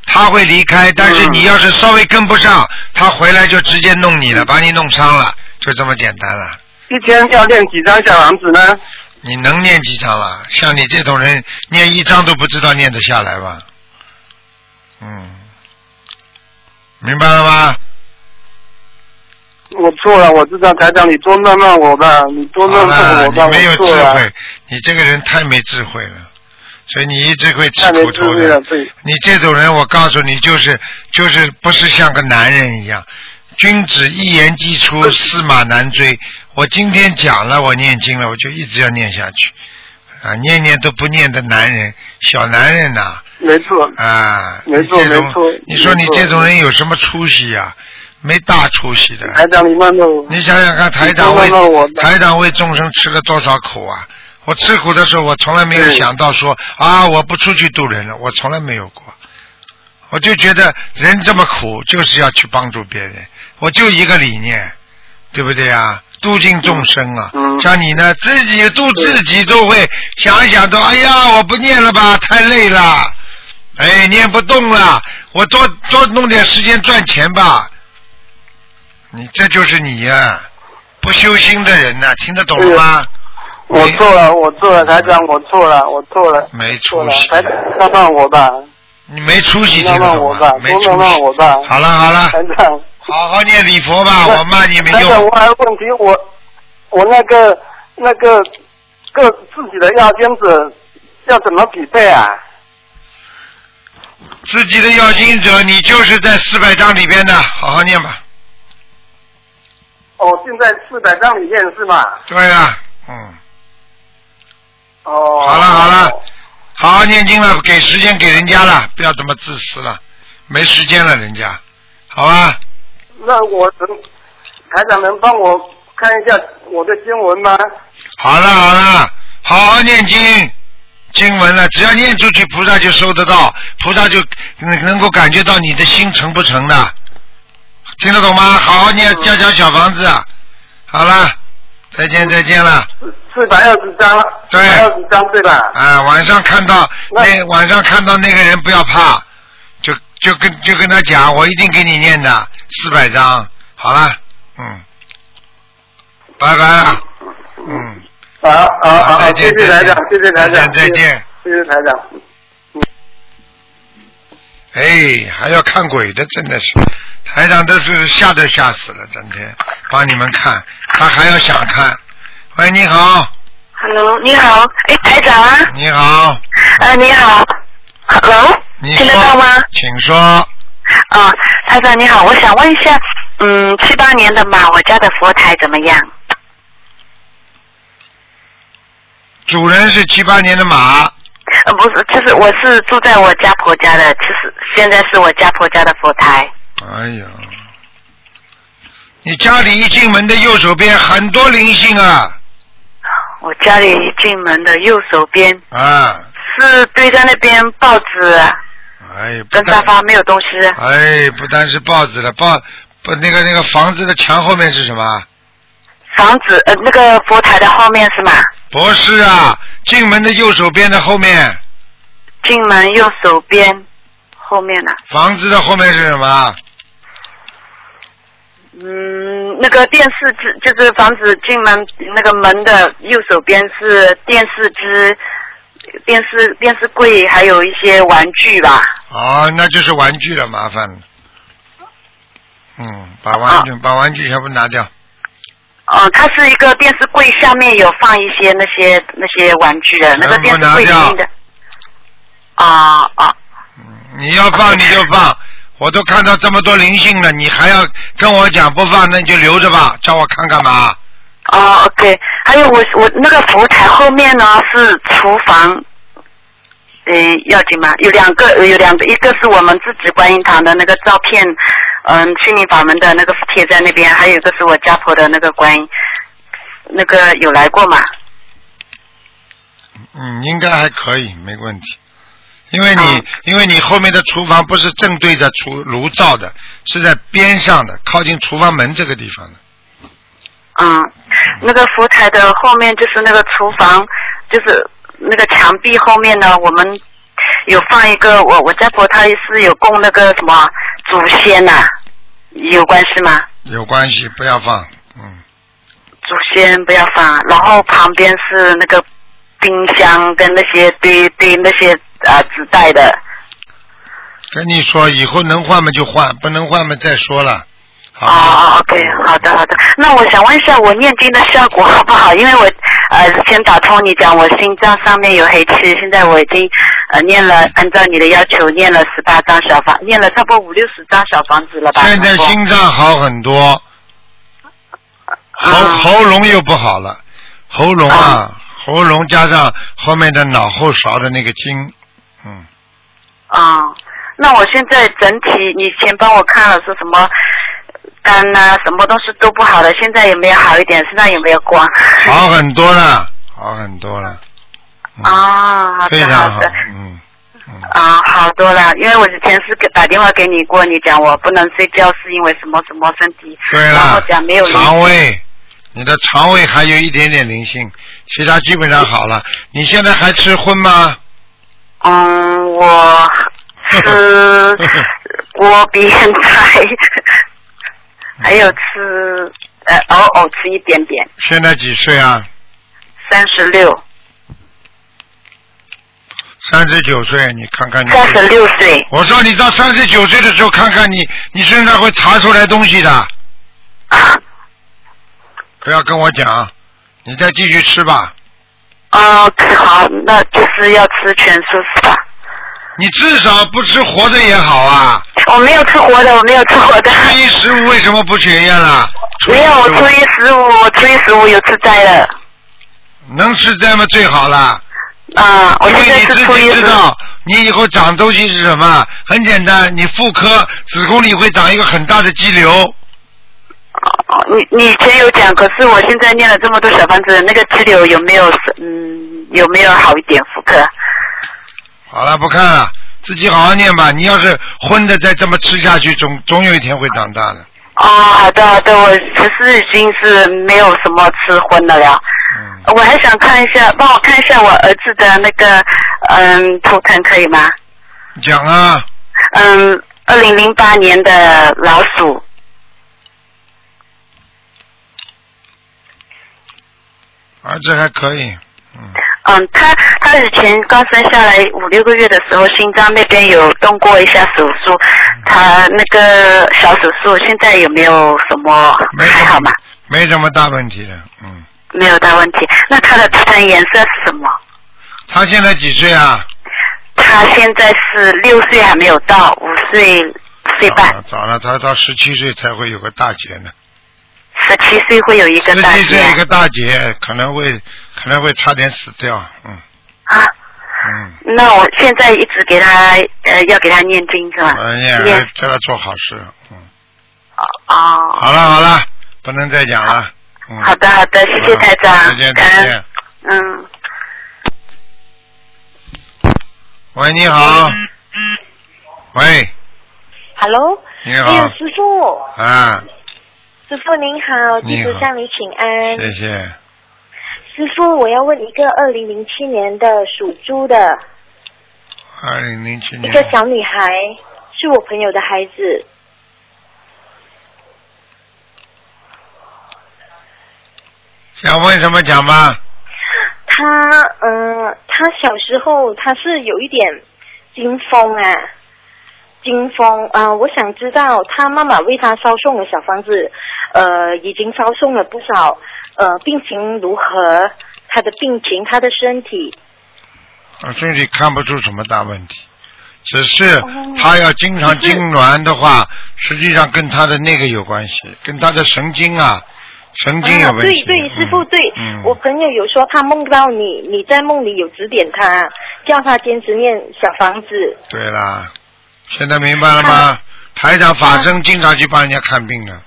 Speaker 1: 他会离开，但是
Speaker 3: 嗯
Speaker 1: 你要是稍微跟不上，他回来就直接弄你了，
Speaker 3: 嗯
Speaker 1: 把你弄伤了，就这么简单了。
Speaker 3: 一天要练几张小房子呢？
Speaker 1: 你能念几张了？像你这种人，念一张都不知道念得下来吧？嗯，明白了吗？
Speaker 3: 我错了，我知道台长，你多骂骂我吧，你多骂
Speaker 1: 好
Speaker 3: 骂
Speaker 1: 了，
Speaker 3: 我
Speaker 1: 啊你
Speaker 3: 吧，
Speaker 1: 没有
Speaker 3: 我
Speaker 1: 智
Speaker 3: 错了，
Speaker 1: 慧，你这个人太没智慧了，所以你一直会吃
Speaker 3: 太没
Speaker 1: 苦
Speaker 3: 智
Speaker 1: 头
Speaker 3: 慧
Speaker 1: 的
Speaker 3: 了，。对，
Speaker 1: 你这种人，我告诉你，就是就是不是像个男人一样。君子一言既出，驷马难追。我今天讲了，我念经了，我就一直要念下去，啊，念念都不念的男人，小男人呐、
Speaker 3: 没错，
Speaker 1: 啊，
Speaker 3: 没错
Speaker 1: 你这种
Speaker 3: 没错
Speaker 1: 你说你
Speaker 3: 没错
Speaker 1: 这种人有什么出息呀、没大出息的。
Speaker 3: 台长你骂骂我，
Speaker 1: 你想想看，台长
Speaker 3: 你
Speaker 1: 为
Speaker 3: 说到我的
Speaker 1: 台长为众生吃了多少苦啊！我吃苦的时候，我从来没有
Speaker 3: 对
Speaker 1: 想到说啊，我不出去度人了，我从来没有过。我就觉得人这么苦，就是要去帮助别人，我就一个理念，对不对啊？度尽众生啊！
Speaker 3: 嗯
Speaker 1: 像你呢，自己度自己都会想一想都，哎呀，我不念了吧，太累了，哎，念不动了，我多多弄点时间赚钱吧。你这就是你呀、不修心的人呐、听得懂了吗？
Speaker 3: 我错了，我错了，台长，我错了，我错了，
Speaker 1: 没
Speaker 3: 错
Speaker 1: 出
Speaker 3: 了，
Speaker 1: 息，
Speaker 3: 台长骂骂我吧，
Speaker 1: 你没出息，听
Speaker 3: 骂
Speaker 1: 得
Speaker 3: 骂
Speaker 1: 懂
Speaker 3: 我
Speaker 1: 吗
Speaker 3: 吧？，
Speaker 1: 没
Speaker 3: 多
Speaker 1: 出
Speaker 3: 骂骂我
Speaker 1: 息。
Speaker 3: 吧，
Speaker 1: 好了好了，
Speaker 3: 台长，
Speaker 1: 好好念礼佛吧，我骂你没
Speaker 3: 台长，
Speaker 1: 用
Speaker 3: 我。还有问题，我我那个那个个自己的药尖子要怎么匹配啊？
Speaker 1: 自己的要经者，你就是在四百章里边的，好好念吧。
Speaker 3: 哦，现在四百张里面是吧？
Speaker 1: 对了，嗯，
Speaker 3: 哦，
Speaker 1: 好了好了好好念经了，给时间给人家了，不要这么自私了，没时间了人家，好吧？
Speaker 3: 那我能，台长能帮我看一下我的经文吗？
Speaker 1: 好了好了，好好念经。经文了，只要念出去，菩萨就收得到，菩萨就能能够感觉到你的心诚不诚的，听得懂吗？
Speaker 3: 嗯
Speaker 1: 好好念，加强小房子。啊好了，再见再见了。
Speaker 3: 嗯四百二十张，
Speaker 1: 对
Speaker 3: 二十张对吧？
Speaker 1: 啊，晚上看到
Speaker 3: 那
Speaker 1: 那晚上看到那个人不要怕，就就跟就跟他讲，我一定给你念的四百章，好了，嗯，拜拜了，嗯，
Speaker 3: 好，好，好，
Speaker 1: 哎再
Speaker 3: 好，谢
Speaker 1: 见，
Speaker 3: 谢台长，谢谢台
Speaker 1: 再
Speaker 3: 长，
Speaker 1: 见，再见。
Speaker 3: 谢谢，谢谢台长。
Speaker 1: 哎，还要看鬼的，真的是，台长这是吓都吓死了，整天帮你们看，他还要想看。喂，你好，
Speaker 4: Hello，你好，哎，台长啊，
Speaker 1: 你好，
Speaker 4: 呃，你好，Hello，
Speaker 1: 你
Speaker 4: 听得
Speaker 1: 说
Speaker 4: 到吗？
Speaker 1: 请说，
Speaker 4: 啊，台长你好，我想问一下，嗯，七八年的马，我家的佛台怎么样？
Speaker 1: 主人是七八年的马，
Speaker 4: 呃，不是，就是我是住在我家婆家的，其实现在是我家婆家的佛台。
Speaker 1: 哎呦，你家里一进门的右手边很多灵性啊
Speaker 4: 我家里一进门的右手边
Speaker 1: 啊！
Speaker 4: 是堆在那边报纸啊
Speaker 1: 哎，不
Speaker 4: 跟
Speaker 1: 但
Speaker 4: 沙发没有东西啊，
Speaker 1: 哎，不单是报纸了，报不那个那个房子的墙后面是什么？
Speaker 4: 房子呃那个佛台的后面是吗？
Speaker 1: 不是啊，进门的右手边的后面，
Speaker 4: 进门右手边后面呢、
Speaker 1: 房子的后面是什么？
Speaker 4: 嗯，那个电视机就是房子进门那个门的右手边是电视机、电视电视柜，还有一些玩具吧。
Speaker 1: 哦，那就是玩具了，麻烦了。嗯，把玩
Speaker 4: 啊
Speaker 1: 具、把玩具全部拿掉。
Speaker 4: 哦，它是一个电视柜，下面有放一些那些那些玩具的，那个电视柜里面的。啊啊
Speaker 1: 嗯你要放你就放，我都看到这么多灵性了，你还要跟我讲不放，那你就留着吧，叫我看干嘛？
Speaker 4: 哦，OK。还有我我那个佛台后面呢是厨房，嗯，要紧吗？有两个有两个，一个是我们自己观音堂的那个照片，嗯，心灵法门的那个贴在那边，还有一个是我家婆的那个观音，那个有来过嘛？
Speaker 1: 嗯，应该还可以，没问题。因为你、
Speaker 4: 嗯
Speaker 1: 因为你后面的厨房不是正对着厨炉灶的，是在边上的，靠近厨房门这个地方的。
Speaker 4: 嗯，那个佛台的后面就是那个厨房，就是那个墙壁后面呢，我们有放一个我我家婆她是有供那个什么祖先呐、有关系吗？
Speaker 1: 有关系，不要放。嗯，
Speaker 4: 祖先不要放，然后旁边是那个冰箱跟那些堆堆那些啊纸袋的。
Speaker 1: 跟你说，以后能换嘛就换，不能换嘛再说了。好
Speaker 4: 哦哦，OK，好的好的。那我想问一下，我念经的效果好不好？因为我呃先打通你讲，我心脏上面有黑气，现在我已经呃念了，按照你的要求念了十八张小房，念了差不多五六十张小房子了吧？
Speaker 1: 现在
Speaker 4: 差不多
Speaker 1: 心脏好很
Speaker 4: 啊
Speaker 1: 多，喉、
Speaker 4: 嗯
Speaker 1: 喉咙又不好了，喉咙啊，喉咙加上后面的脑后勺的那个筋，嗯，
Speaker 4: 啊、那我现在整体，你以前帮我看了说什么肝呐、什么东西都不好了，现在有没有好一点？身上有没有光？
Speaker 1: 好很多了，好很多了。嗯
Speaker 4: 啊、好
Speaker 1: 非
Speaker 4: 的
Speaker 1: 常
Speaker 4: 好
Speaker 1: 好
Speaker 4: 的。，
Speaker 1: 嗯嗯，
Speaker 4: 啊，好多了，因为我以前是给打电话给你过，你讲我不能睡觉是因为什么什么身体，
Speaker 1: 对
Speaker 4: 然后
Speaker 1: 了
Speaker 4: 讲没有，
Speaker 1: 肠胃，你的肠胃还有一点点灵性，其他基本上好了。你现在还吃荤吗？
Speaker 4: 嗯，我 吃锅边菜， 还有吃呃偶偶吃一点点，
Speaker 1: 现在几岁啊？
Speaker 4: 三十六，
Speaker 1: 三十九岁，你看看你。
Speaker 4: 三十六岁。
Speaker 1: 我说你到三十九岁的时候，看看你，你身上会查出来东西
Speaker 4: 啊
Speaker 1: 的。不要跟我讲，你再继续吃吧。
Speaker 4: 哦，好，那就是要吃全素是吧？
Speaker 1: 你至少不吃活的也好啊。
Speaker 4: 我没有吃活的，我没有吃活的，
Speaker 1: 初一十五为什么不许验了？初
Speaker 4: 没有，我
Speaker 1: 十五
Speaker 4: 初一十五，我初一十五有吃斋的。
Speaker 1: 能吃斋吗？最好了。
Speaker 4: 啊、我
Speaker 1: 因
Speaker 4: 现
Speaker 1: 为
Speaker 4: 在
Speaker 1: 你
Speaker 4: 是
Speaker 1: 自
Speaker 4: 初一
Speaker 1: 己知
Speaker 4: 十五。
Speaker 1: 道，你以后长东西是什么？很简单，你妇科子宫里会长一个很大的肌瘤，
Speaker 4: 哦你你以前有讲，可是我现在念了这么多小房子，那个肌瘤有没有嗯有没有好一点妇科？
Speaker 1: 好了，不看了，自己好好念吧。你要是荤的再这么吃下去，总总有一天会长大的。
Speaker 4: 哦，好的好的，我其实已经是没有什么吃荤的了。
Speaker 1: 嗯，
Speaker 4: 我还想看一下，帮我看一下我儿子的那个嗯图腾可以吗？
Speaker 1: 讲啊，
Speaker 4: 嗯，二零零八年的老鼠，
Speaker 1: 啊儿子还可以，嗯，
Speaker 4: 嗯，他他以前刚生下来五六个月的时候，心脏那边有动过一下手术，他那个小手术现在有没有什么
Speaker 1: 没什
Speaker 4: 还
Speaker 1: 么
Speaker 4: 好嘛？
Speaker 1: 没什么大问题的，嗯。
Speaker 4: 没有大问题。那他的皮层颜色是什么？
Speaker 1: 他现在几岁啊？
Speaker 4: 他现在是六岁还没有到，五岁岁半，
Speaker 1: 啊早了，他到十七岁才会有个大劫呢。
Speaker 4: 十七岁会有一个
Speaker 1: 十
Speaker 4: 大
Speaker 1: 七
Speaker 4: 姐
Speaker 1: 岁一个大劫，可能会可能会差点死掉，嗯
Speaker 4: 啊。
Speaker 1: 嗯。
Speaker 4: 那我现在一直给他呃要给他念经是吧？
Speaker 1: 哎呀，
Speaker 4: 念
Speaker 1: 叫他做好事，嗯。
Speaker 4: 哦，
Speaker 1: 好了好了，不能再讲了。嗯、
Speaker 4: 好的好的，谢谢台长，
Speaker 1: 再见
Speaker 4: 感
Speaker 1: 再
Speaker 4: 恩
Speaker 1: 见。
Speaker 4: 嗯。
Speaker 1: 喂，你好。喂，
Speaker 5: Hello，
Speaker 1: 你
Speaker 5: 哎
Speaker 1: 好
Speaker 5: 呦，。师傅，
Speaker 1: 啊，
Speaker 5: 师傅您好，
Speaker 1: 你
Speaker 5: 弟
Speaker 1: 好
Speaker 5: 子向你请安。
Speaker 1: 谢谢。
Speaker 5: 师傅，我要问一个二零零七年的属猪的
Speaker 1: 二零零七
Speaker 5: 一
Speaker 1: 年。
Speaker 5: 个小女孩，是我朋友的孩子，
Speaker 1: 想问什么讲吧？
Speaker 5: 她呃，她小时候她是有一点惊风啊，惊风啊、呃我想知道她妈妈为她烧送的小房子，呃，已经烧送了不少，呃，病情如何？她的病情，她的身体，
Speaker 1: 我身体看不出什么大问题，只是
Speaker 5: 哦
Speaker 1: 他要经常痉挛的话，实际上跟他的那个有关系，跟他的神经啊，神经有
Speaker 5: 啊，
Speaker 1: 问
Speaker 5: 对
Speaker 1: 题。
Speaker 5: 对，师
Speaker 1: 嗯
Speaker 5: 傅对、
Speaker 1: 嗯，
Speaker 5: 我朋友有说他梦到你，你在梦里有指点他，叫他坚持念小房子。
Speaker 1: 嗯对啦，现在明白了吗？台长法身经常去帮人家看病的，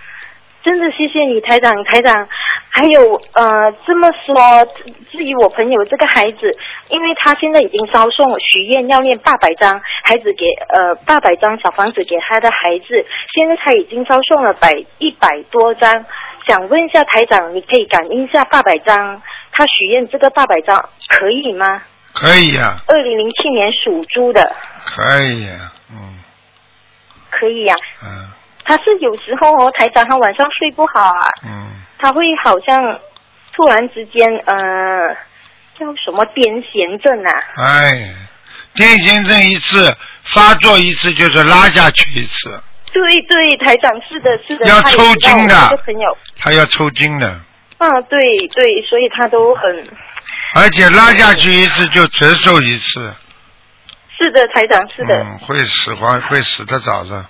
Speaker 5: 真的谢谢你，台长，台长。还有呃，这么说，至于我朋友这个孩子，因为他现在已经烧送许愿要念八百张孩子给呃八百张小房子给他的孩子，现在他已经烧送了百一百多张，想问一下台长，你可以感应一下八百张，他许愿这个八百张可以吗？
Speaker 1: 可以呀、
Speaker 5: 二零零七年属猪的，
Speaker 1: 可以呀、嗯
Speaker 5: 可以呀、
Speaker 1: 嗯
Speaker 5: 他是有时候哦，台长他晚上睡不好啊，
Speaker 1: 嗯，
Speaker 5: 他会好像突然之间呃叫什么癫痫症啊，
Speaker 1: 哎呀，癫痫症一次发作一次就是拉下去一次，
Speaker 5: 对对，台长是的，是的，
Speaker 1: 要
Speaker 5: 他也
Speaker 1: 抽
Speaker 5: 知道
Speaker 1: 筋的
Speaker 5: 我这个朋友
Speaker 1: 他要抽筋的，
Speaker 5: 啊，对对，所以他都很
Speaker 1: 而且拉下去一次就折寿一次。
Speaker 5: 是的，台长是的。
Speaker 1: 嗯，会死亡，会死得早的。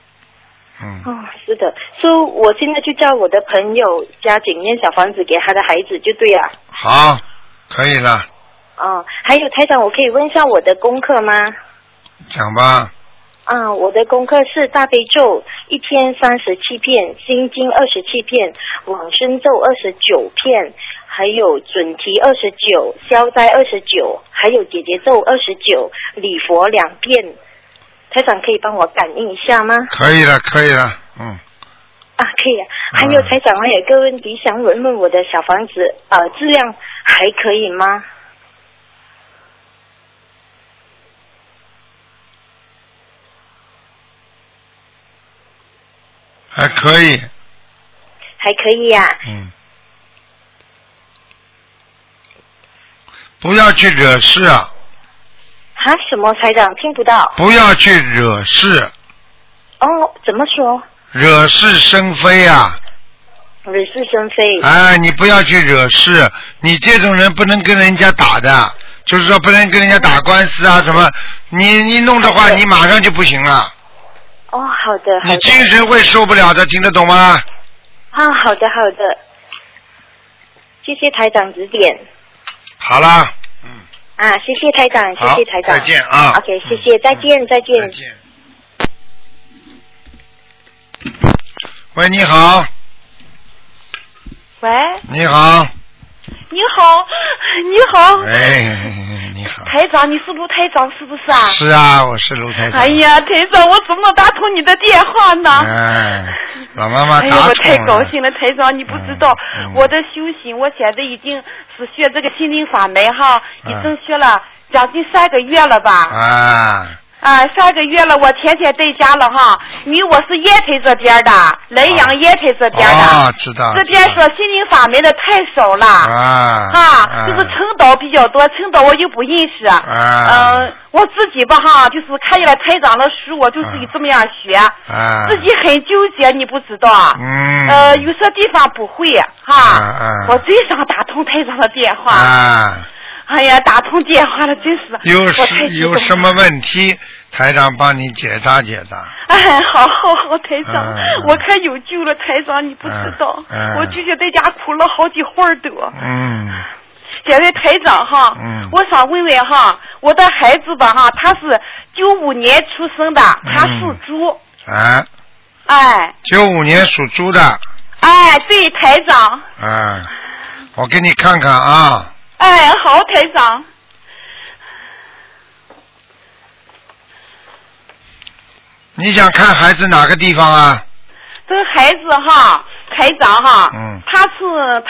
Speaker 1: 嗯，
Speaker 5: 哦，是的，所、以我现在就叫我的朋友加紧念小房子给他的孩子就对了。
Speaker 1: 好，可以了，
Speaker 5: 哦，还有台长，我可以问一下我的功课吗？
Speaker 1: 讲吧。
Speaker 5: 啊，我的功课是大悲咒一天三十七片，心经二十七片，往生咒二十九片，还有准提二十九，消灾二十九，还有姐姐咒二十九，礼佛两遍。台长可以帮我感应一下吗？
Speaker 1: 可以了，可以了。嗯，
Speaker 5: 啊，可以、啊。还有台长，还有一个问题想问问我的小房子呃质量还可以吗？
Speaker 1: 还可以。
Speaker 5: 还可以呀、
Speaker 1: 嗯，不要去惹事啊！
Speaker 5: 啊。什么台长听不到？
Speaker 1: 不要去惹事，
Speaker 5: 哦，怎么说？
Speaker 1: 惹是生非啊！
Speaker 5: 惹是生非。
Speaker 1: 哎，你不要去惹事，你这种人不能跟人家打的，就是说不能跟人家打官司啊什么。你你弄的话，你马上就不行了，
Speaker 5: 哦，好的，好
Speaker 1: 你
Speaker 5: 的。
Speaker 1: 精神会受不了的，听得懂吗？
Speaker 5: 啊，好的好的，谢谢台长指点
Speaker 1: 好啦。
Speaker 5: 啊，谢谢台长，谢
Speaker 1: 好，
Speaker 5: 谢台长，
Speaker 1: 再见啊嗯
Speaker 5: OK，谢谢，再见，再见。
Speaker 1: 再见。喂，你好，
Speaker 6: 喂，
Speaker 1: 你好，
Speaker 6: 你好，你好，
Speaker 1: 哎，你好，
Speaker 6: 台长，你是卢台长是不是啊？
Speaker 1: 是啊，我是卢台长。
Speaker 6: 哎，呀，台长，我怎么能打通你的电话呢？
Speaker 1: 哎，老妈妈
Speaker 6: 哎呀，
Speaker 1: 打
Speaker 6: 我
Speaker 1: 错
Speaker 6: 太高
Speaker 1: 了
Speaker 6: 兴了，台长，你不知道、
Speaker 1: 嗯嗯
Speaker 6: 我的修行，我现在已经是学这个心灵法门哈，
Speaker 1: 嗯
Speaker 6: 已经学了将近三个月了吧。
Speaker 1: 啊！嗯
Speaker 6: 啊，上个月了，我天天在家了哈，因为我是烟台这边的，南阳烟台这边的，
Speaker 1: 啊，知道。
Speaker 6: 这边
Speaker 1: 知道
Speaker 6: 说心灵法门的太少了，
Speaker 1: 啊
Speaker 6: 哈，就是青岛比较多，青岛我又不认识，嗯、
Speaker 1: 啊
Speaker 6: 我自己吧哈，就是看见了台长的书，我就自己这么样学，
Speaker 1: 啊，
Speaker 6: 自己很纠结，你不知道，
Speaker 1: 嗯
Speaker 6: 呃，有些地方不会哈，
Speaker 1: 啊啊
Speaker 6: 我最想打通台长的电话，
Speaker 1: 啊，
Speaker 6: 哎呀，打通电话了，真是
Speaker 1: 有
Speaker 6: 我太
Speaker 1: 什
Speaker 6: 激动
Speaker 1: 有
Speaker 6: 了
Speaker 1: 什么问题，台长帮你解答解答。
Speaker 6: 哎，好好好，台长，
Speaker 1: 嗯嗯
Speaker 6: 我看有救了，台长你不知道，
Speaker 1: 嗯嗯
Speaker 6: 我最近在家哭了好几会儿都。
Speaker 1: 嗯
Speaker 6: 现在台长哈，
Speaker 1: 嗯
Speaker 6: 我想问问哈，我的孩子吧哈，他是九五年出生的，他属猪，
Speaker 1: 嗯啊，
Speaker 6: 哎
Speaker 1: 九五年属猪的
Speaker 6: 哎，对，台长，
Speaker 1: 啊，我给你看看啊，
Speaker 6: 哎，好，台长，
Speaker 1: 你想看孩子哪个地方啊？
Speaker 6: 这个孩子哈，台长哈，
Speaker 1: 嗯
Speaker 6: 他是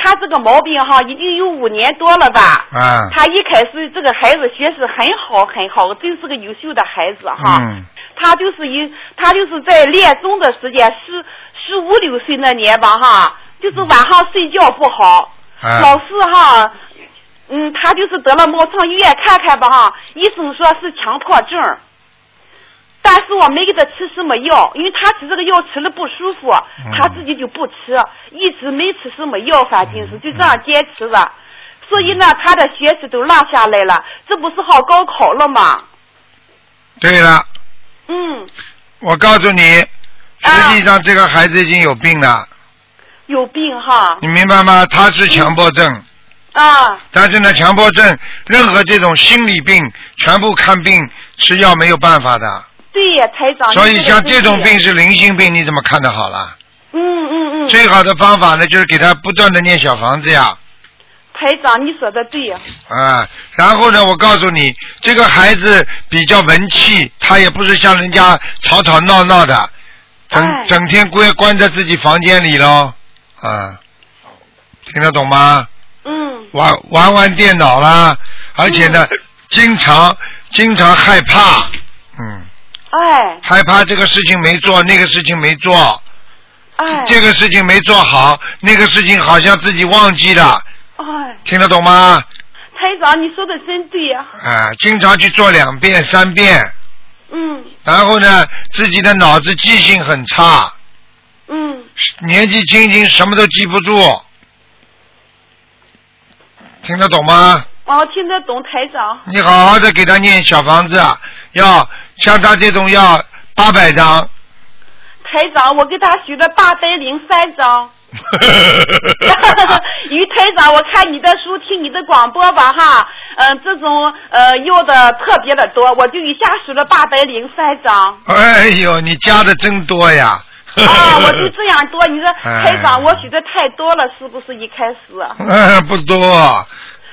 Speaker 6: 他这个毛病哈，已经有五年多了吧。
Speaker 1: 啊，
Speaker 6: 他一开始这个孩子学习很好很好，真是个优秀的孩子哈。
Speaker 1: 嗯
Speaker 6: 他就是一，他就是在练中的时间，十十五六岁那年吧哈，就是晚上睡觉不好，老
Speaker 1: 啊，
Speaker 6: 是哈，嗯，他就是得了猫，上医院看看吧哈，医生说是强迫症儿，但是我没给他吃什么药，因为他吃这个药吃了不舒服，他自己就不吃，一直没吃什么药，反正是就这样坚持着，所以呢，他的学习都落下来了，这不是好高考了吗？
Speaker 1: 对了，
Speaker 6: 嗯，
Speaker 1: 我告诉你，实际上这个孩子已经有病了，
Speaker 6: 有病哈
Speaker 1: 你明白吗？他是强迫症。
Speaker 6: 啊。
Speaker 1: 但是呢，强迫症任何这种心理病，全部看病吃药没有办法的。
Speaker 6: 对呀，台长。
Speaker 1: 所
Speaker 6: 哦你
Speaker 1: 以
Speaker 6: 个
Speaker 1: 像
Speaker 6: 真
Speaker 1: 这种
Speaker 6: 对
Speaker 1: 病，是灵性病，你怎么看得好啦？
Speaker 6: 嗯嗯嗯，
Speaker 1: 最好的方法呢，就是给他不断的念小房子呀，
Speaker 6: 台长你说的对呀，
Speaker 1: 啊，然后呢，我告诉你，这个孩子比较文气，他也不是像人家吵吵闹闹的，整
Speaker 6: 哎
Speaker 1: 整天关关在自己房间里喽，啊，听得懂吗？
Speaker 6: 嗯，
Speaker 1: 玩玩玩电脑啦，而且呢，经常经常害怕，嗯，
Speaker 6: 哎
Speaker 1: 害怕这个事情没做，那个事情没做，
Speaker 6: 哎，
Speaker 1: 这个事情没做好，那个事情好像自己忘记了，
Speaker 6: 哎，
Speaker 1: 听得懂吗？
Speaker 6: 台长你说的真对呀，
Speaker 1: 啊，经常去做两遍、三遍，
Speaker 6: 嗯
Speaker 1: 然后呢，自己的脑子记性很差，
Speaker 6: 嗯，
Speaker 1: 年纪轻轻什么都记不住，听得懂吗？
Speaker 6: 哦，听得懂台长，
Speaker 1: 你好好的给他念小房子，啊要像他这种要八百张。
Speaker 6: 台长我给他许了八百零 三张。于台长，我看你的书，听你的广播吧，哈，嗯、这种呃要的特别的多，我就一下许了八百零三张。
Speaker 1: 哎呦，你加的真多呀！
Speaker 6: 啊，我就这样多，你说
Speaker 1: 哎
Speaker 6: 台长，我许的太多了，是不是一开始？啊
Speaker 1: 哎不多。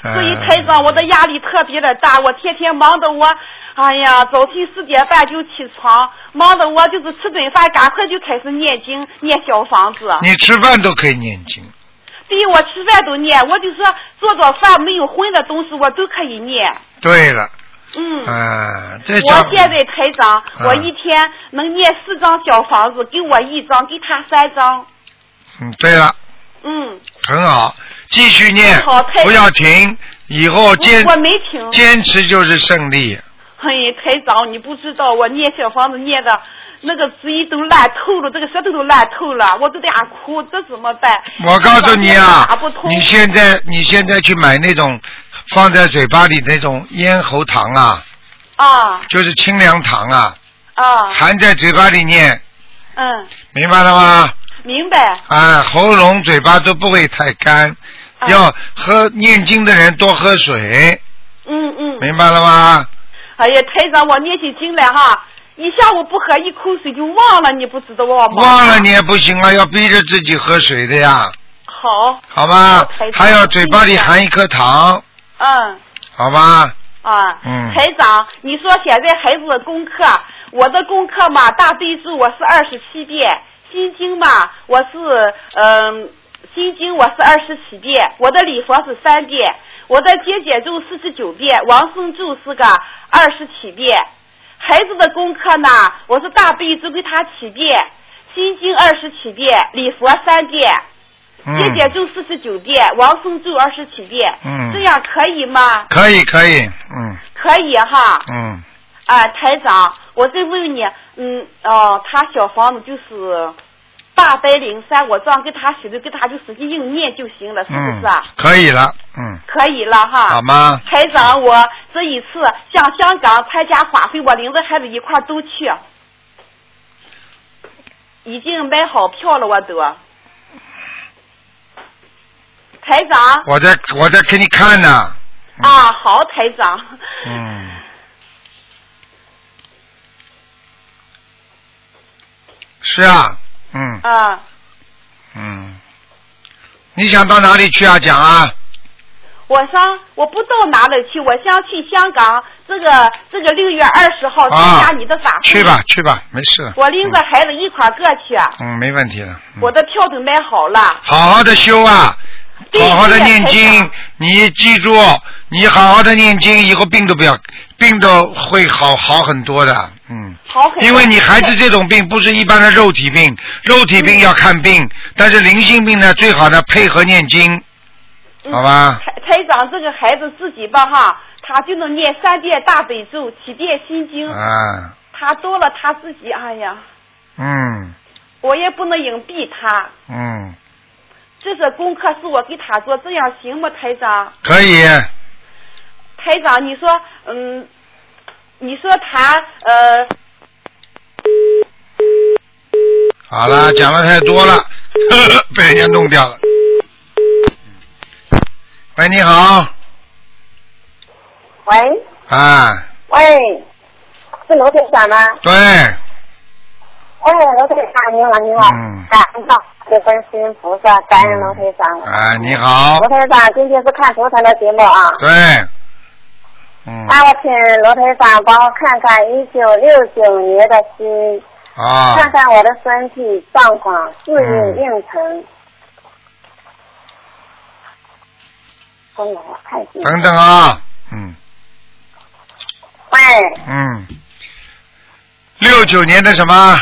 Speaker 6: 所以
Speaker 1: 嗯
Speaker 6: 台长，我的压力特别的大，我天天忙得我，哎呀，早晨四点半就起床，忙得我就是吃顿饭，赶快就开始念经、念小房子。
Speaker 1: 你吃饭都可以念经，
Speaker 6: 对我吃饭都念，我就说做做饭没有荤的东西我都可以念。
Speaker 1: 对了，
Speaker 6: 嗯，
Speaker 1: 啊，这
Speaker 6: 我
Speaker 1: 叫
Speaker 6: 现在台长，
Speaker 1: 嗯
Speaker 6: 我一天能念四张小房子，给我一张，给他三张。
Speaker 1: 嗯，对了，
Speaker 6: 嗯，
Speaker 1: 很好，继续念
Speaker 6: 好太，
Speaker 1: 不要停，以后坚
Speaker 6: 我我没停。
Speaker 1: 坚持就是胜利。
Speaker 6: 嘿，台长，你不知道我念小房子念的，那个嘴都烂透了，这个舌头都烂透了，我都在那哭，这怎么办？
Speaker 1: 我告诉你啊
Speaker 6: 打不，通。
Speaker 1: 你现在你现在去买那种放在嘴巴里那种咽喉糖啊，
Speaker 6: 啊
Speaker 1: 就是清凉糖啊，
Speaker 6: 啊，
Speaker 1: 含在嘴巴里念，
Speaker 6: 嗯，
Speaker 1: 明白了吗？
Speaker 6: 明白。
Speaker 1: 啊，喉咙、嘴巴都不会太干。
Speaker 6: 啊
Speaker 1: 要喝念经的人多喝水，
Speaker 6: 嗯嗯。
Speaker 1: 明白了吗？
Speaker 6: 哎呀，台长，我念起经来哈，一下午不喝一口水就忘了，你不知道我忙
Speaker 1: 忘了你。也不行啊，要逼着自己喝水的呀，
Speaker 6: 好，
Speaker 1: 好吧
Speaker 6: 好台？长
Speaker 1: 还有嘴巴里含一颗糖，
Speaker 6: 嗯。
Speaker 1: 好吧？
Speaker 6: 啊，
Speaker 1: 嗯
Speaker 6: 台长，你说现在孩子的功课，我的功课嘛，大悲咒我是二十七遍，心经嘛，我是嗯、心经我是二十七遍，我的礼佛是三遍，我的解姐咒四十九遍，往生咒是个二十七遍，孩子的功课呢，我是大悲咒给他七遍，心经二十七遍，礼佛三遍，
Speaker 1: 嗯
Speaker 6: 解姐咒四十九遍，王僧咒二十七遍，
Speaker 1: 嗯
Speaker 6: 这样可以吗？
Speaker 1: 可以可以，嗯
Speaker 6: 可以哈。
Speaker 1: 嗯，
Speaker 6: 啊、台长，我再问问你，嗯，哦，他小房子就是八百零三，我这样给他写的，给他就使劲硬念就行了，是不
Speaker 1: 嗯
Speaker 6: 是啊？，
Speaker 1: 可以了，嗯，
Speaker 6: 可以了哈。
Speaker 1: 好吗？
Speaker 6: 台长，我这一次向香港参加法会，我领着孩子一块儿都去，已经买好票了，我都。台长
Speaker 1: 我在我在给你看呢、
Speaker 6: 啊，好，台长。
Speaker 1: 嗯。是啊，嗯
Speaker 6: 啊，
Speaker 1: 嗯，你想到哪里去啊？讲啊，
Speaker 6: 我想我不到哪里去，我想去香港，这个这个六月二十号参
Speaker 1: 啊
Speaker 6: 加你的法会。
Speaker 1: 去吧。去吧，没事了。
Speaker 6: 我拎着孩子一块儿过去，
Speaker 1: 嗯，嗯没问题了。嗯
Speaker 6: 我的票都买好了。
Speaker 1: 好好的修啊，
Speaker 6: 对
Speaker 1: 好好的念
Speaker 6: 对台
Speaker 1: 经
Speaker 6: 长，
Speaker 1: 你记住，你好好的念经，以后病都不要，病都会好好很多的，嗯。
Speaker 6: 好很多。
Speaker 1: 因为你孩子这种病不是一般的肉体病，肉体病要看病，但是灵性病呢，最好呢配合念经，
Speaker 6: 嗯
Speaker 1: 好吧？
Speaker 6: 台台长，这个孩子自己吧哈，他就能念三遍大悲咒，七遍心经，
Speaker 1: 啊，
Speaker 6: 他多了他自己，哎呀，
Speaker 1: 嗯
Speaker 6: 我也不能隐蔽他。
Speaker 1: 嗯，
Speaker 6: 这是功课是我给他做，这样行吗，台长？
Speaker 1: 可以，
Speaker 6: 台长，你说，嗯，你说他呃，
Speaker 1: 好了，讲的太多了， 被人家弄掉了。喂，你好，
Speaker 7: 喂
Speaker 1: 啊，
Speaker 7: 喂，是罗队长吗？
Speaker 1: 对，
Speaker 7: 哎，罗队长，你好，你好，
Speaker 1: 嗯
Speaker 7: 感恩到这观世音菩萨，感恩罗队长。
Speaker 1: 啊，你
Speaker 6: 嗯
Speaker 1: 好
Speaker 7: 罗，队长，今天是看图腾的节目啊，
Speaker 1: 对，嗯，
Speaker 7: 那我请罗队长帮我看看一九六九年的心，
Speaker 1: 啊，
Speaker 7: 看看我的身体状况、事业
Speaker 1: 嗯
Speaker 7: 运程。真的，哦我太紧张
Speaker 1: 等等啊，嗯。
Speaker 7: 喂，
Speaker 1: 嗯，六九年的什么？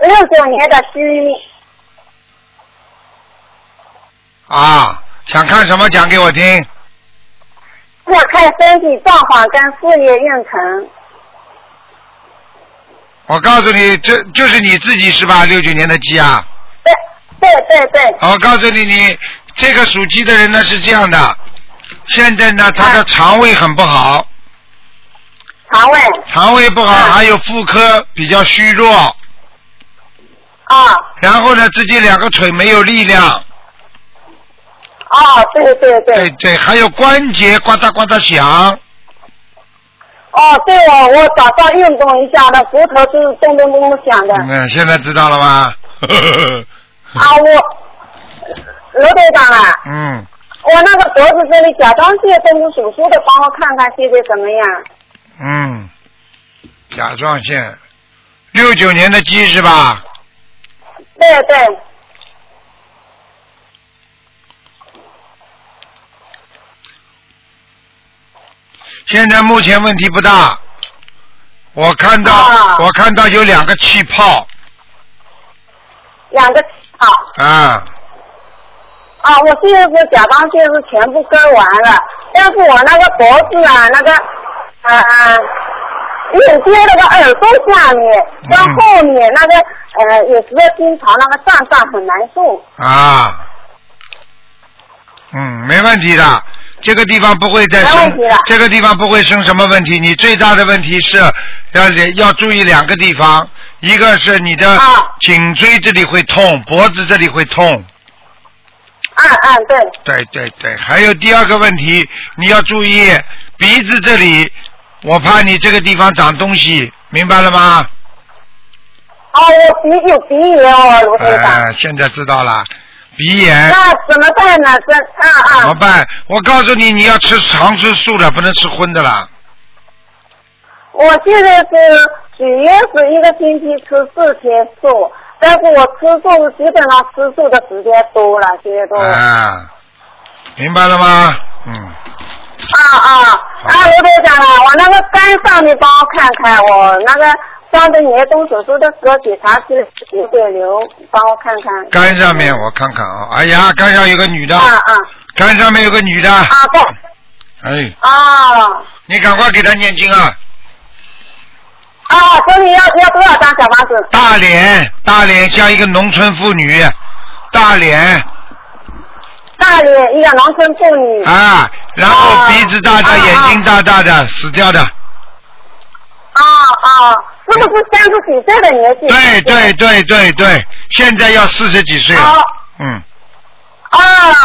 Speaker 7: 六九年的心，
Speaker 1: 啊，想看什么讲给我听。
Speaker 7: 我看身体状况跟事业运程。
Speaker 1: 我告诉你，这就是你自己是吧？六九年的鸡啊！
Speaker 7: 对对对对，
Speaker 1: 我告诉你，你这个属鸡的人呢是这样的，现在呢他的肠胃很不好，
Speaker 7: 肠胃
Speaker 1: 肠胃不好，
Speaker 7: 嗯
Speaker 1: 还有妇科比较虚弱，
Speaker 7: 啊
Speaker 1: 然后呢自己两个腿没有力量，
Speaker 7: 啊，哦对对对，
Speaker 1: 对对，还有关节呱嗒呱嗒响，
Speaker 7: 哦，对哦，我早上运动一下，那骨头就是咚咚咚咚响的。
Speaker 1: 嗯，现在知道了吧？
Speaker 7: 啊，我罗队长啊，
Speaker 1: 嗯，
Speaker 7: 我那个脖子这里甲状腺都是手术的，帮我看看现在怎么样？
Speaker 1: 嗯，甲状腺，六九年的鸡是吧？
Speaker 7: 对对，
Speaker 1: 现在目前问题不大，我看到、
Speaker 7: 啊
Speaker 1: 我看到有两个气泡
Speaker 7: 两个啊
Speaker 1: 啊，
Speaker 7: 啊，我现在是甲状腺是全部割完了，但是我那个脖子啊，那个啊啊。有接那个耳朵下面跟
Speaker 1: 嗯
Speaker 7: 后面那个、呃，有时候经常那个胀胀很难受。
Speaker 1: 啊，嗯，没问题的，这个地方不会再
Speaker 7: 没
Speaker 1: 生
Speaker 7: 问题了，
Speaker 1: 这个地方不会生什么问题。你最大的问题是要要注意两个地方，一个是你的
Speaker 7: 啊
Speaker 1: 颈椎这里会痛，脖子这里会痛。
Speaker 7: 嗯嗯，对，
Speaker 1: 对对对，还有第二个问题，你要注意鼻子这里，我怕你这个地方长东西，明白了吗？
Speaker 7: 哦，我鼻有鼻炎哦，卢队长。
Speaker 1: 呃，现在知道了，鼻炎
Speaker 7: 那怎么办呢？这
Speaker 1: 怎
Speaker 7: 啊
Speaker 1: 么
Speaker 7: 啊
Speaker 1: 办？我告诉你，你要吃常吃素的，不能吃荤的啦。
Speaker 7: 我现在是许愿是一个星期吃四天素，但是我吃素基本上吃哦
Speaker 1: 啊
Speaker 7: 素的时间多了，现在都。
Speaker 1: 啊，明白了吗？嗯，
Speaker 7: 啊啊啊！刘队长啊，我那个肝上你帮我看看，我那个上次年动手术的时候检查是有点瘤，帮我看看。
Speaker 1: 肝上面我看看啊，哎呀，肝上有个女的，
Speaker 7: 啊啊
Speaker 1: 肝上面有个女的，
Speaker 7: 啊不
Speaker 1: 哎，
Speaker 7: 啊
Speaker 1: 你赶快给她念经啊！
Speaker 7: 啊！所以要要多少张小房子？
Speaker 1: 大脸，大脸像一个农村妇女，大脸
Speaker 7: 大理一个农村妇女。
Speaker 1: 啊，然后
Speaker 7: 啊
Speaker 1: 鼻子大大，
Speaker 7: 啊
Speaker 1: 眼睛大大的，死掉的。
Speaker 7: 啊啊，是不是三十几岁的年纪？
Speaker 1: 对对对对对，现在要四十几岁了
Speaker 7: 好
Speaker 1: 嗯，
Speaker 7: 啊，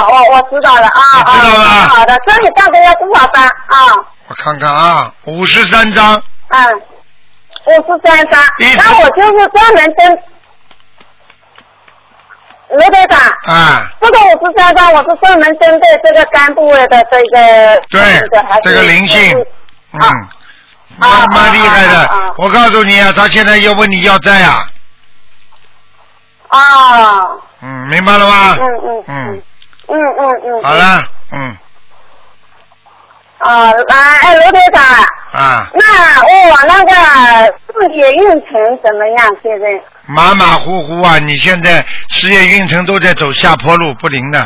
Speaker 7: 我我知道了啊
Speaker 1: 你
Speaker 7: 啊，
Speaker 1: 知道吗
Speaker 7: 好的，所以大概要多少张啊？
Speaker 1: 我看看啊，五十三张，
Speaker 7: 嗯，五十三张
Speaker 1: 一直，
Speaker 7: 那我就是专门跟刘队长，
Speaker 1: 啊，
Speaker 7: 这个五十三张我是专门针对这个肝部位的这个
Speaker 1: 对
Speaker 7: 这个还是
Speaker 1: 这个灵性嗯
Speaker 7: 啊，
Speaker 1: 蛮
Speaker 7: 啊
Speaker 1: 蛮厉害
Speaker 7: 啊啊
Speaker 1: 的
Speaker 7: 啊。
Speaker 1: 我告诉你啊，他现在要问你要债啊，
Speaker 7: 啊，
Speaker 1: 嗯，明白了吗
Speaker 7: 嗯？嗯
Speaker 1: 嗯，
Speaker 7: 嗯嗯嗯，
Speaker 1: 好了，嗯
Speaker 7: 啊，啊，哎，刘队长，
Speaker 1: 啊，
Speaker 7: 那我那个事业运程怎么样？现在
Speaker 1: 马马虎虎啊，你现在事业运程都在走下坡路，不灵的。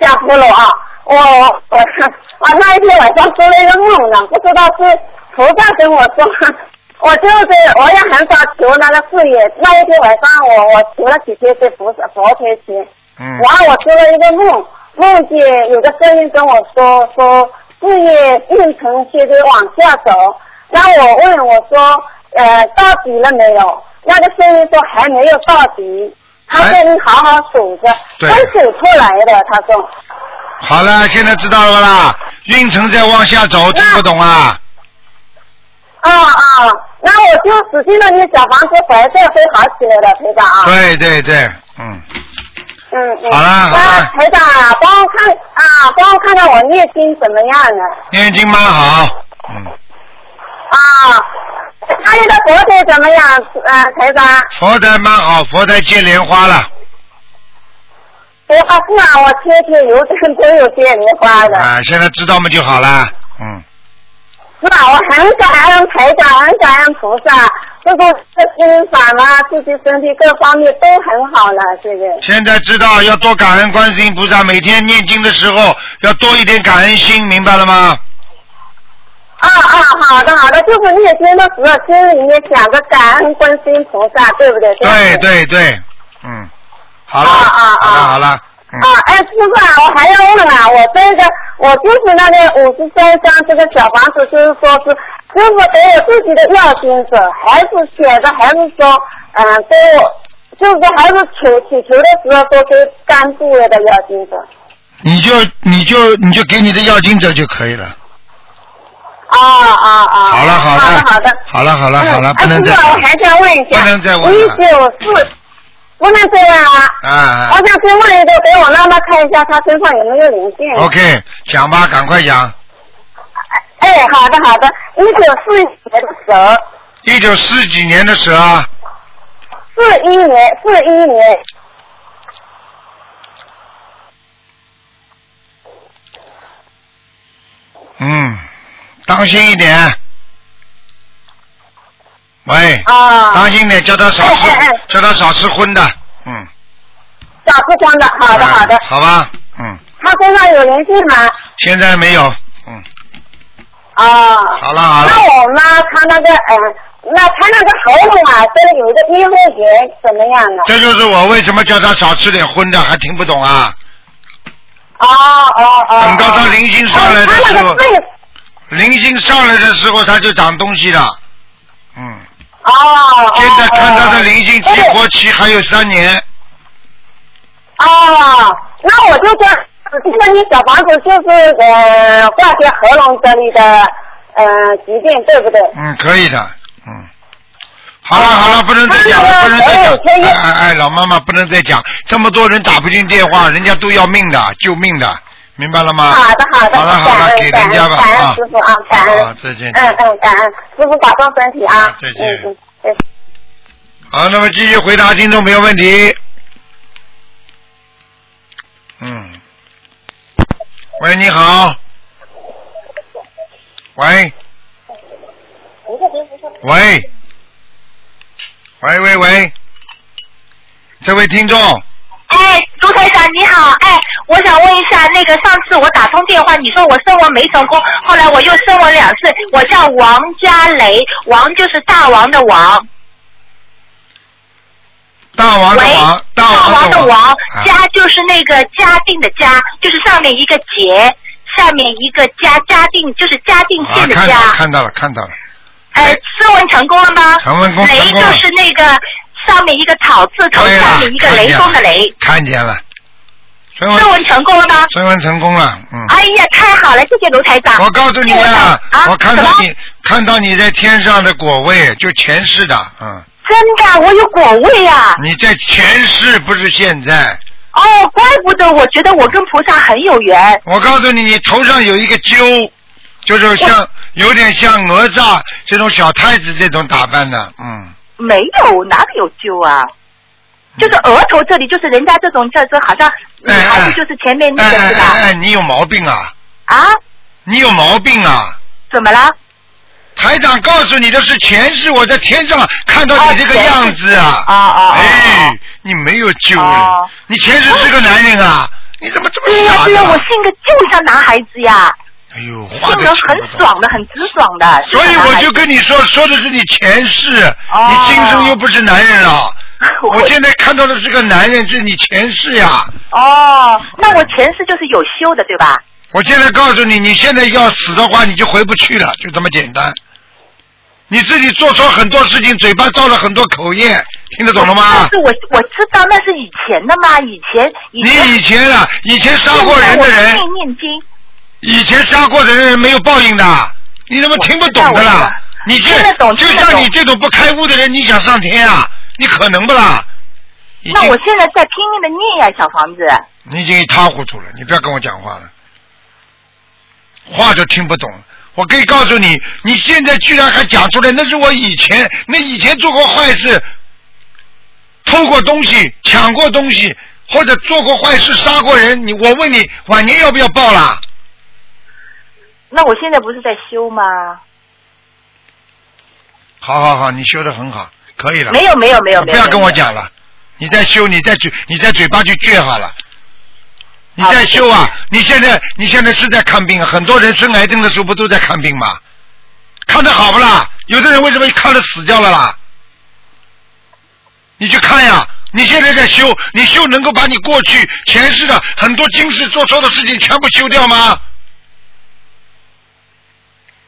Speaker 7: 下坡了啊！我我我我那一天晚上做了一个梦呢，不知道是菩萨跟我说，我就是我也很少求那个事业。那一天晚上我我求了几天给菩萨佛台前，
Speaker 1: 嗯
Speaker 7: 然后我做了一个梦，梦见有个声音跟我说说事业运程现在往下走，然后我问我说呃到底了没有？那个声音说还没有到底，他
Speaker 1: 哎
Speaker 7: 说你好好数着，
Speaker 1: 对
Speaker 7: 刚数出来的，他说。
Speaker 1: 好了，现在知道了吧啦？运程在往下走，听不懂啊？
Speaker 7: 啊啊，那我就使劲的念小房子，白色会好起来的，台长啊。
Speaker 1: 对对对，嗯，
Speaker 7: 嗯嗯。
Speaker 1: 好了好了
Speaker 7: 那台长啊，帮我看啊，帮我看看我念经怎么样呢？
Speaker 1: 念经蛮好，嗯，
Speaker 7: 啊，家里的佛台怎么样？呃，台长，
Speaker 1: 佛台蛮好，佛台结莲花了，
Speaker 7: 我啊是啊，我天天有真都有接莲花的。
Speaker 1: 啊，现在知道嘛就好了，嗯，
Speaker 7: 是啊，我很感恩台长，很感恩菩萨，这个这心法嘛，自己身体各方面都很好了，这个。
Speaker 1: 现在知道要多感恩观世音菩萨，每天念经的时候要多一点感恩心，明白了吗？
Speaker 7: 啊啊，好的好的，就是念经的时候，心里面想着感恩观世音菩萨，对不对？
Speaker 1: 对对
Speaker 7: 对。
Speaker 1: 对，嗯，好了，
Speaker 7: 啊啊
Speaker 1: 好了
Speaker 7: 啊
Speaker 1: 好了，嗯，
Speaker 7: 啊，哎，师傅啊，我还要问啊，我这个我就是那个五十三张这个小房子，就是说是师傅给我自己的要经者，还是写的，还是说嗯、呃给我，就是说还是求祈求的时候说给干部位的要经者。
Speaker 1: 你就你就你就给你的要经者就可以了。
Speaker 7: 啊啊啊！
Speaker 1: 好了好
Speaker 7: 好
Speaker 1: 了
Speaker 7: 的好的。
Speaker 1: 好了好了好了，
Speaker 7: 嗯
Speaker 1: 不能再
Speaker 7: 哎师傅，我还想问一下，
Speaker 1: 不能再问
Speaker 7: 一
Speaker 1: 了
Speaker 7: 九四，不能这样啊。
Speaker 1: 啊啊
Speaker 7: 我想先问一个，给我妈妈看一下，她身上有没有灵性。
Speaker 1: ，OK，讲吧，赶快讲。
Speaker 7: 哎，好的好的，一九四一年的蛇，
Speaker 1: 一九四几年的蛇啊，
Speaker 7: 四一年，四一年，
Speaker 1: 嗯，当心一点。喂，
Speaker 7: 啊
Speaker 1: 当心点，叫他少吃
Speaker 7: 哎哎哎，
Speaker 1: 叫他少吃荤的。嗯，
Speaker 7: 小不光的，好的
Speaker 1: 哎
Speaker 7: 好的，
Speaker 1: 好吧，嗯，
Speaker 7: 她身上有灵性吗？
Speaker 1: 现在没有，嗯，
Speaker 7: 啊。
Speaker 1: 好了好了
Speaker 7: 那我妈她那个嗯，那她那个喉咙啊，这有一个阴肺炎，怎么样啊呢？
Speaker 1: 这就是我为什么叫他少吃点荤的，还听不懂啊？
Speaker 7: 哦哦哦。
Speaker 1: 等到她灵性上来的时
Speaker 7: 她
Speaker 1: 候
Speaker 7: 哦那个肺
Speaker 1: 灵性上来的时候，他就长东西了。嗯，
Speaker 7: 哦，
Speaker 1: 现在看他的灵性激
Speaker 7: 激活。
Speaker 1: 活期还有三年。
Speaker 7: 哦，那我就这，就是你小房子就是呃化学合拢这里的呃疾病，对不对？
Speaker 1: 嗯，可以的，嗯。好了好了，不能再讲了，
Speaker 7: 哎
Speaker 1: 不能再
Speaker 7: 哎
Speaker 1: 讲。
Speaker 7: 哎
Speaker 1: 哎哎哎，老妈妈，不能再讲，这么多人打不进电话，人家都要命的，救命的，明白了吗？
Speaker 7: 好的好的，
Speaker 1: 好了好
Speaker 7: 感
Speaker 1: 了，给
Speaker 7: 恩感
Speaker 1: 人家
Speaker 7: 恩
Speaker 1: 吧
Speaker 7: 感
Speaker 1: 啊
Speaker 7: 恩师傅啊，感
Speaker 1: 好
Speaker 7: 恩，
Speaker 1: 再见
Speaker 7: 嗯嗯，感恩师傅保重身体啊
Speaker 1: 啊，再见
Speaker 7: 嗯嗯，再见。
Speaker 1: 好，那么继续回答听众朋友问题。嗯，喂，你好，喂，
Speaker 6: 嗯
Speaker 1: 喂，喂喂喂，这位听众，
Speaker 8: 哎，朱台长你好，哎，我想问一下，那个上次我打通电话，你说我升文没成功，后来我又升文两次，我叫王家雷，王就是大王的王，
Speaker 1: 大王的
Speaker 8: 喂
Speaker 1: 王，大
Speaker 8: 大
Speaker 1: 王
Speaker 8: 王的
Speaker 1: 王
Speaker 8: 王，，
Speaker 1: 啊
Speaker 8: 家就是那个嘉定的嘉，就是上面一个杰，下面一个嘉，嘉定就是嘉定
Speaker 1: 啊，
Speaker 8: 县的
Speaker 1: 看
Speaker 8: 嘉
Speaker 1: 到，了看到了看到了，
Speaker 8: 呃，升文成功了吗？
Speaker 1: 成文功
Speaker 8: 雷
Speaker 1: 成
Speaker 8: 就
Speaker 1: 功了
Speaker 8: 是那个上面一个草字头，
Speaker 1: 对
Speaker 8: 下
Speaker 1: 了
Speaker 8: 面一，个
Speaker 1: 看
Speaker 8: 雷
Speaker 1: 见
Speaker 8: 锋的
Speaker 1: 了
Speaker 8: 雷，
Speaker 1: 看见了，升
Speaker 8: 升文
Speaker 1: 温
Speaker 8: 成功了吗？
Speaker 1: 升温成功了，嗯。
Speaker 8: 哎呀，太好了，谢谢卢台长。
Speaker 1: 我告诉你啊
Speaker 8: 哎啊，
Speaker 1: 我看到
Speaker 8: 什么
Speaker 1: 你看到你在天上的果位，就前世的，嗯，
Speaker 8: 真的，我有果位啊！
Speaker 1: 你在前世不是现在。
Speaker 8: 哦，怪不得我觉得我跟菩萨很有缘。
Speaker 1: 我告诉你，你头上有一个揪，就是像有点像哪吒这种小太子这种打扮的，嗯，
Speaker 8: 没有，哪里有揪啊？就是额头这里，就是人家这种叫做好像女
Speaker 1: 哎哎
Speaker 8: 孩子就是前面那
Speaker 1: 哎
Speaker 8: 个
Speaker 1: 哎
Speaker 8: 是
Speaker 1: 哎
Speaker 8: 吧？
Speaker 1: 哎，你有毛病啊！
Speaker 8: 啊？
Speaker 1: 你有毛病啊！
Speaker 8: 怎么了？
Speaker 1: 台长告诉你的是前世，我在天上看到你这个样子啊！
Speaker 8: 啊啊啊！
Speaker 1: 哎，你没有救了
Speaker 8: 哦，
Speaker 1: 你前世是个男人啊！你怎么这
Speaker 8: 对
Speaker 1: 么
Speaker 8: 呀
Speaker 1: 傻
Speaker 8: 哎对呀，我
Speaker 1: 呢？
Speaker 8: 性格就像男孩子呀，
Speaker 1: 哎呦，话
Speaker 8: 性
Speaker 1: 都听不
Speaker 8: 格很
Speaker 1: 懂
Speaker 8: 爽的，很直爽的。
Speaker 1: 所以
Speaker 8: 像男
Speaker 1: 我
Speaker 8: 孩
Speaker 1: 就
Speaker 8: 子
Speaker 1: 跟你说，说的是你前世，
Speaker 8: 哦
Speaker 1: 你今生又不是男人了。我
Speaker 8: 我
Speaker 1: 现在看到的是个男人，这是你前世呀。
Speaker 8: 哦，那我前世就是有修的，对吧？
Speaker 1: 我现在告诉你，你现在要死的话，你就回不去了，就这么简单。你自己做错很多事情，嘴巴造了很多口业，听得懂了吗
Speaker 8: 但？是我我知道那是以前的嘛，以前以
Speaker 1: 你
Speaker 8: 前
Speaker 1: 以前啊，以前杀过人的人，
Speaker 8: 念念经，
Speaker 1: 以前杀过的人没有报应的，你怎么听不懂的
Speaker 8: 我知道我知
Speaker 1: 啦
Speaker 8: 道？
Speaker 1: 你这
Speaker 8: 听得懂
Speaker 1: 就
Speaker 8: 听得懂
Speaker 1: 像你这种不开悟的人，你想上天啊？你可能不啦？已
Speaker 8: 那
Speaker 1: 经
Speaker 8: 我现在在拼命的念呀，小房子。
Speaker 1: 你已经一塌糊涂了，你不要跟我讲话了，话都听不懂。我可以告诉你，你现在居然还讲出来，那是我以前，那以前做过坏事，偷过东西，抢过东西，或者做过坏事，杀过人。你我问你，晚年要不要报啦？
Speaker 8: 那我现在不是在修吗？
Speaker 1: 好好好，你修的很好，可以了。
Speaker 8: 没有没有没有没
Speaker 1: 不
Speaker 8: 有。
Speaker 1: 要跟我
Speaker 8: 没有。
Speaker 1: 讲了，你再修，你再嘴，你再嘴巴去倔好了。你再修啊！你现在你现在是在看病啊，很多人生癌症的时候不都在看病吗？看的好不啦？有的人为什么一看了死掉了啦？你去看呀！你现在在修，你修能够把你过去前世的很多今世做错的事情全部修掉吗？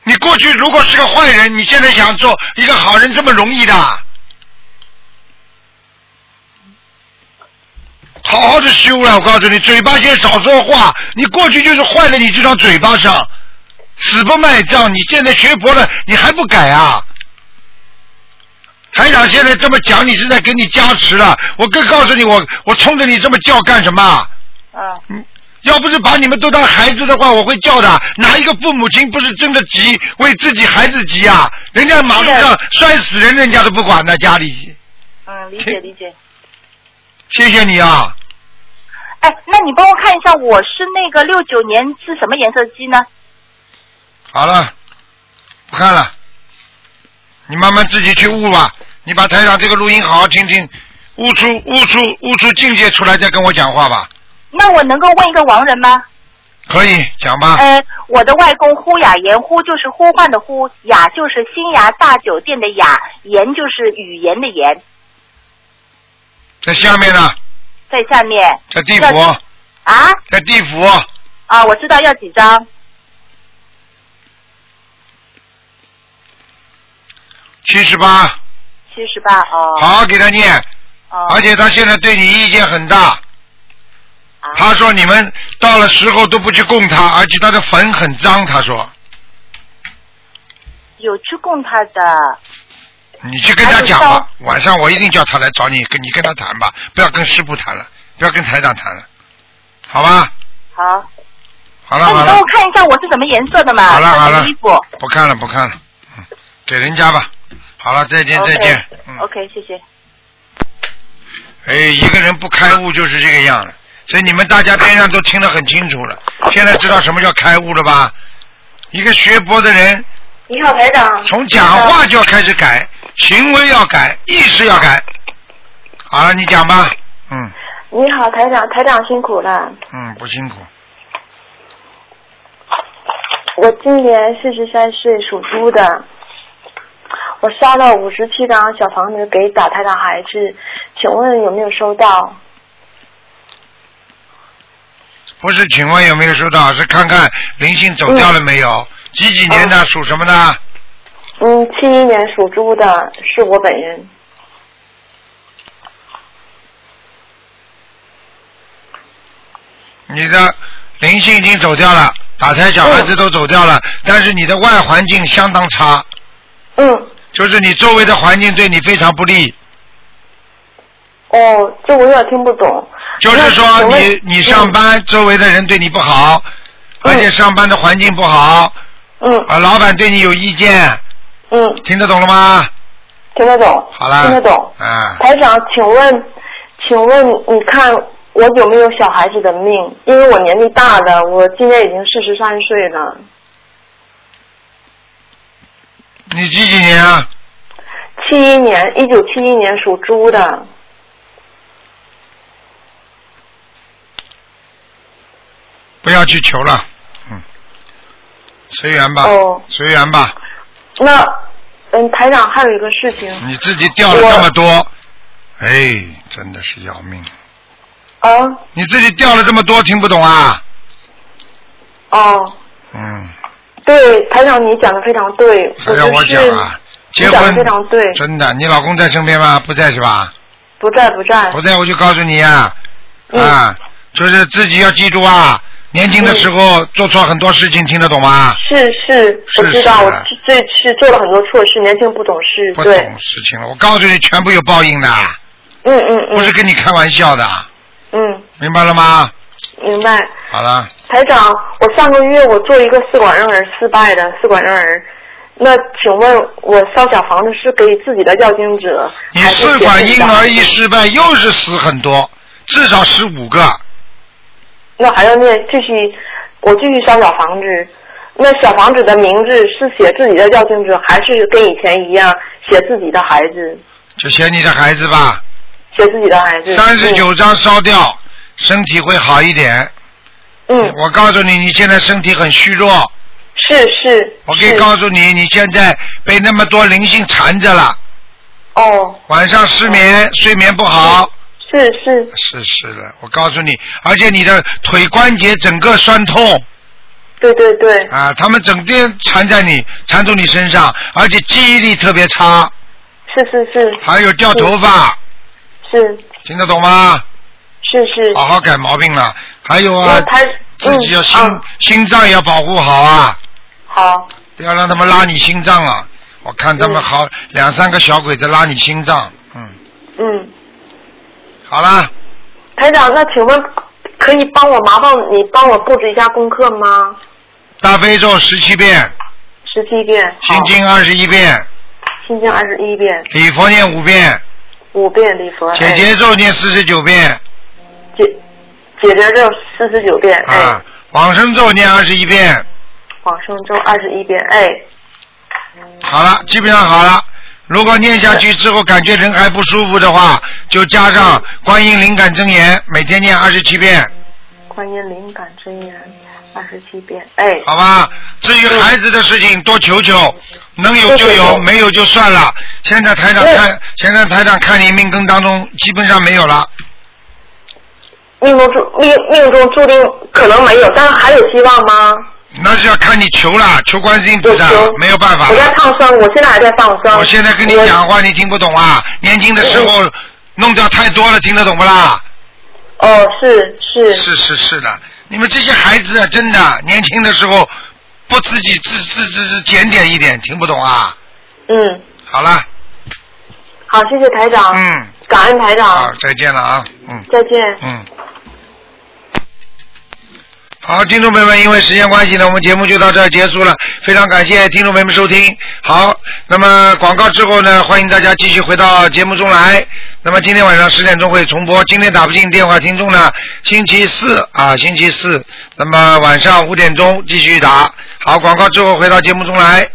Speaker 1: 你过去如果是个坏人，你现在想做一个好人，这么容易的？好好的修了，我告诉你，嘴巴先少说话。你过去就是坏在你这张嘴巴上，死不卖账。你现在学佛了，你还不改啊？台长现在这么讲，你是在给你加持了。我更告诉你，我我冲着你这么叫干什么？
Speaker 8: 嗯，
Speaker 1: 要不是把你们都当孩子的话，我会叫的。哪一个父母亲不是真的急为自己孩子急啊？人家马路上摔死人，人家都不管呢，家里。
Speaker 8: 嗯，理
Speaker 1: 解
Speaker 8: 解理解。
Speaker 1: 谢谢你啊，
Speaker 8: 哎，那你帮我看一下，我是那个六九年是什么颜色的鸡呢？
Speaker 1: 好了，不看了，你慢慢自己去悟吧。你把台长这个录音好好听听，悟出悟出悟出境界出来，再跟我讲话吧。
Speaker 8: 那我能够问一个亡人吗？
Speaker 1: 可以讲吧？
Speaker 8: 呃，我的外公呼雅言，呼就是呼唤的呼，雅就是新雅大酒店的雅，言就是语言的言，
Speaker 1: 在下面呢，
Speaker 8: 在下面
Speaker 1: 在地府
Speaker 8: 要，啊
Speaker 1: 在地府，
Speaker 8: 啊，我知道要几张，
Speaker 1: 七十八，
Speaker 8: 七十八哦。
Speaker 1: 好好给他念。
Speaker 8: 哦
Speaker 1: 而且他现在对你意见很大，
Speaker 8: 啊
Speaker 1: 他说你们到了时候都不去供他，而且他的坟很脏。他说，
Speaker 8: 有去供他的，哎
Speaker 1: 你去跟他讲
Speaker 8: 还有
Speaker 1: 吧
Speaker 8: 烧，
Speaker 1: 晚上我一定叫他来找你，跟你跟他谈吧，不要跟师傅谈了，不要跟台长谈了，好吧？
Speaker 8: 好，
Speaker 1: 好了
Speaker 8: 那
Speaker 1: 好
Speaker 8: 你帮
Speaker 1: 了
Speaker 8: 我，看一下我是什么颜色的嘛？
Speaker 1: 好了好
Speaker 8: 穿
Speaker 1: 了
Speaker 8: 什么衣服，
Speaker 1: 不看了不看了，嗯，给人家吧。好了，再见再见。嗯，
Speaker 8: OK，谢谢。
Speaker 1: 哎，一个人不开悟就是这个样了，所以你们大家边上都听得很清楚了，现在知道什么叫开悟了吧？一个学佛的人
Speaker 9: 你好，台长。
Speaker 1: 从讲话就要开始改，行为要改，意识要改。好了，你讲吧。嗯
Speaker 9: 你好，台长，台长辛苦了。
Speaker 1: 嗯，不辛苦。
Speaker 9: 我今年四十三岁，属猪的。我烧了五十七张小房子给打胎的孩子，请问有没有收到？
Speaker 1: 不是，请问有没有收到？是看看灵性走掉了没有？几几年
Speaker 9: 哦
Speaker 1: 的？属什么的？
Speaker 9: 嗯，七一年属猪的是我本人。
Speaker 1: 你的灵性已经走掉了，打胎小孩子都走掉了，但是你的外环境相当差。
Speaker 9: 嗯，
Speaker 1: 就是你周围的环境对你非常不利。
Speaker 9: 哦，这我有点听不懂。
Speaker 1: 就是说
Speaker 9: 那请问嗯
Speaker 1: 你你上班，周围的人对你不好，而且上班的环境不好，
Speaker 9: 嗯
Speaker 1: 啊，老板对你有意见，
Speaker 9: 嗯，
Speaker 1: 听得懂了吗？
Speaker 9: 听得懂。
Speaker 1: 好啦，
Speaker 9: 听得懂。
Speaker 1: 啊，
Speaker 9: 台长，请问，请问你看我有没有小孩子的命？因为我年纪大了，我今年已经四十三岁了。
Speaker 1: 你几几年啊？
Speaker 9: 七一年，一九七一年属猪的。
Speaker 1: 不要去求了，嗯，随缘吧，
Speaker 9: 哦
Speaker 1: 随缘吧，
Speaker 9: 那，嗯，台长还有一个事情，
Speaker 1: 你自己掉了
Speaker 9: 我
Speaker 1: 这么多，哎，真的是要命，
Speaker 9: 啊，
Speaker 1: 你自己掉了这么多，听不懂啊？
Speaker 9: 哦，
Speaker 1: 嗯，
Speaker 9: 对，台长你讲的非常对，
Speaker 1: 还要我
Speaker 9: 我就
Speaker 1: 讲
Speaker 9: 是
Speaker 1: 啊？
Speaker 9: 你
Speaker 1: 结
Speaker 9: 讲
Speaker 1: 婚
Speaker 9: 的非常对，
Speaker 1: 真的，你老公在身边吗？不在是吧？
Speaker 9: 不在不在
Speaker 1: 不，在我就告诉你啊，
Speaker 9: 嗯
Speaker 1: 啊，就是自己要记住啊，年轻的时
Speaker 9: 嗯
Speaker 1: 候做错很多事情，听得懂吗？
Speaker 9: 是是，我
Speaker 1: 是
Speaker 9: 知
Speaker 1: 是
Speaker 9: 道，我
Speaker 1: 啊
Speaker 9: 这次做了很多错事，年轻不懂事，
Speaker 1: 不
Speaker 9: 对，
Speaker 1: 懂事情了，我告诉你，全部有报应的，
Speaker 9: 嗯嗯
Speaker 1: 不是
Speaker 9: 嗯
Speaker 1: 跟你开玩笑的，
Speaker 9: 嗯，
Speaker 1: 明白了吗？
Speaker 9: 明白。
Speaker 1: 好了，
Speaker 9: 台长，我上个月我做一个试管婴儿失败的试管婴儿，那请问我烧小房子是给自己的要经者，
Speaker 1: 你
Speaker 9: 还是
Speaker 1: 试
Speaker 9: 给
Speaker 1: 管
Speaker 9: 自己的
Speaker 1: 婴儿一失败，又是死很多，至少十五个。
Speaker 9: 那还要念继续，我继续烧小房子。那小房子的名字是写自己的要经者，还是跟以前一样写自己的孩子，
Speaker 1: 就写你的孩子吧，
Speaker 9: 写自己的孩子？
Speaker 1: 三十九张烧掉，身体会好一点。
Speaker 9: 嗯。嗯，
Speaker 1: 我告诉你，你现在身体很虚弱，
Speaker 9: 是是。
Speaker 1: 我可以
Speaker 9: 是
Speaker 1: 告诉你，你现在被那么多灵性缠着了，
Speaker 9: 哦，
Speaker 1: 晚上失眠，睡眠不好。
Speaker 9: 是是
Speaker 1: 是是了，我告诉你，而且你的腿关节整个酸痛
Speaker 9: 对对对，
Speaker 1: 啊，他们整天缠在你，缠住你身上，而且记忆力特别差，
Speaker 9: 是是是
Speaker 1: 还有掉头发，
Speaker 9: 是
Speaker 1: 听得懂吗？
Speaker 9: 是是。
Speaker 1: 好好改毛病了。还有
Speaker 9: 那
Speaker 1: 啊，
Speaker 9: 台
Speaker 1: 自己要心、
Speaker 9: 嗯啊
Speaker 1: 心脏也要保护好啊，
Speaker 9: 好，
Speaker 1: 不要让他们拉你心脏啊。我看他们好、两三个小鬼子拉你心脏，嗯，
Speaker 9: 嗯，
Speaker 1: 好啦，
Speaker 9: 台长，那请问可以帮我麻烦你帮我布置一下功课吗？
Speaker 1: 大悲咒十七遍，
Speaker 9: 十七遍，好
Speaker 1: 心，经二十一遍，
Speaker 9: 心经二十一遍，
Speaker 1: 礼佛念五遍，
Speaker 9: 五遍礼佛，
Speaker 1: 姐
Speaker 9: 哎
Speaker 1: 姐咒念四十九遍、
Speaker 9: 解解决咒四十九遍，哎
Speaker 1: 啊，，往生咒念二十一遍，
Speaker 9: 往生咒二十一遍，哎，
Speaker 1: 好了，基本上好了。如果念下去之后感觉人还不舒服的话，就加上观音灵感真言，每天念二十七遍。
Speaker 9: 观音灵感真言二十七遍，哎，
Speaker 1: 好吧，至于孩子的事情，多求求，能有就有，没有就算了。现在台长
Speaker 9: 哎
Speaker 1: 看，现在台长看你命根当中基本上没有了，
Speaker 9: 命中注命命中注定可能没有，但是还有希望吗？
Speaker 1: 那是要看你求了，求观世音菩萨
Speaker 9: 我求，
Speaker 1: 没有办法
Speaker 9: 我。在放生，我现在还在放生。嗯
Speaker 1: 我现在跟你讲话，你听不懂啊！年轻的时候弄掉太多了，听得懂不啦？
Speaker 9: 我，哦，是是
Speaker 1: 是是是的，你们这些孩子啊，真的年轻的时候不自己自自自自检点一点，听不懂啊！
Speaker 9: 嗯，
Speaker 1: 好了，
Speaker 9: 好，谢谢台长，
Speaker 1: 嗯，
Speaker 9: 感恩台
Speaker 1: 好
Speaker 9: 长，，
Speaker 1: 再见了啊，嗯。
Speaker 9: 再见。
Speaker 1: 嗯。好，听众朋友们，因为时间关系呢，我们节目就到这儿结束了。非常感谢听众朋友们收听。好，那么广告之后呢，欢迎大家继续回到节目中来。那么今天晚上十点钟会重播。今天打不进电话听众呢，星期四啊，星期四，那么晚上五点钟继续打。好，广告之后回到节目中来。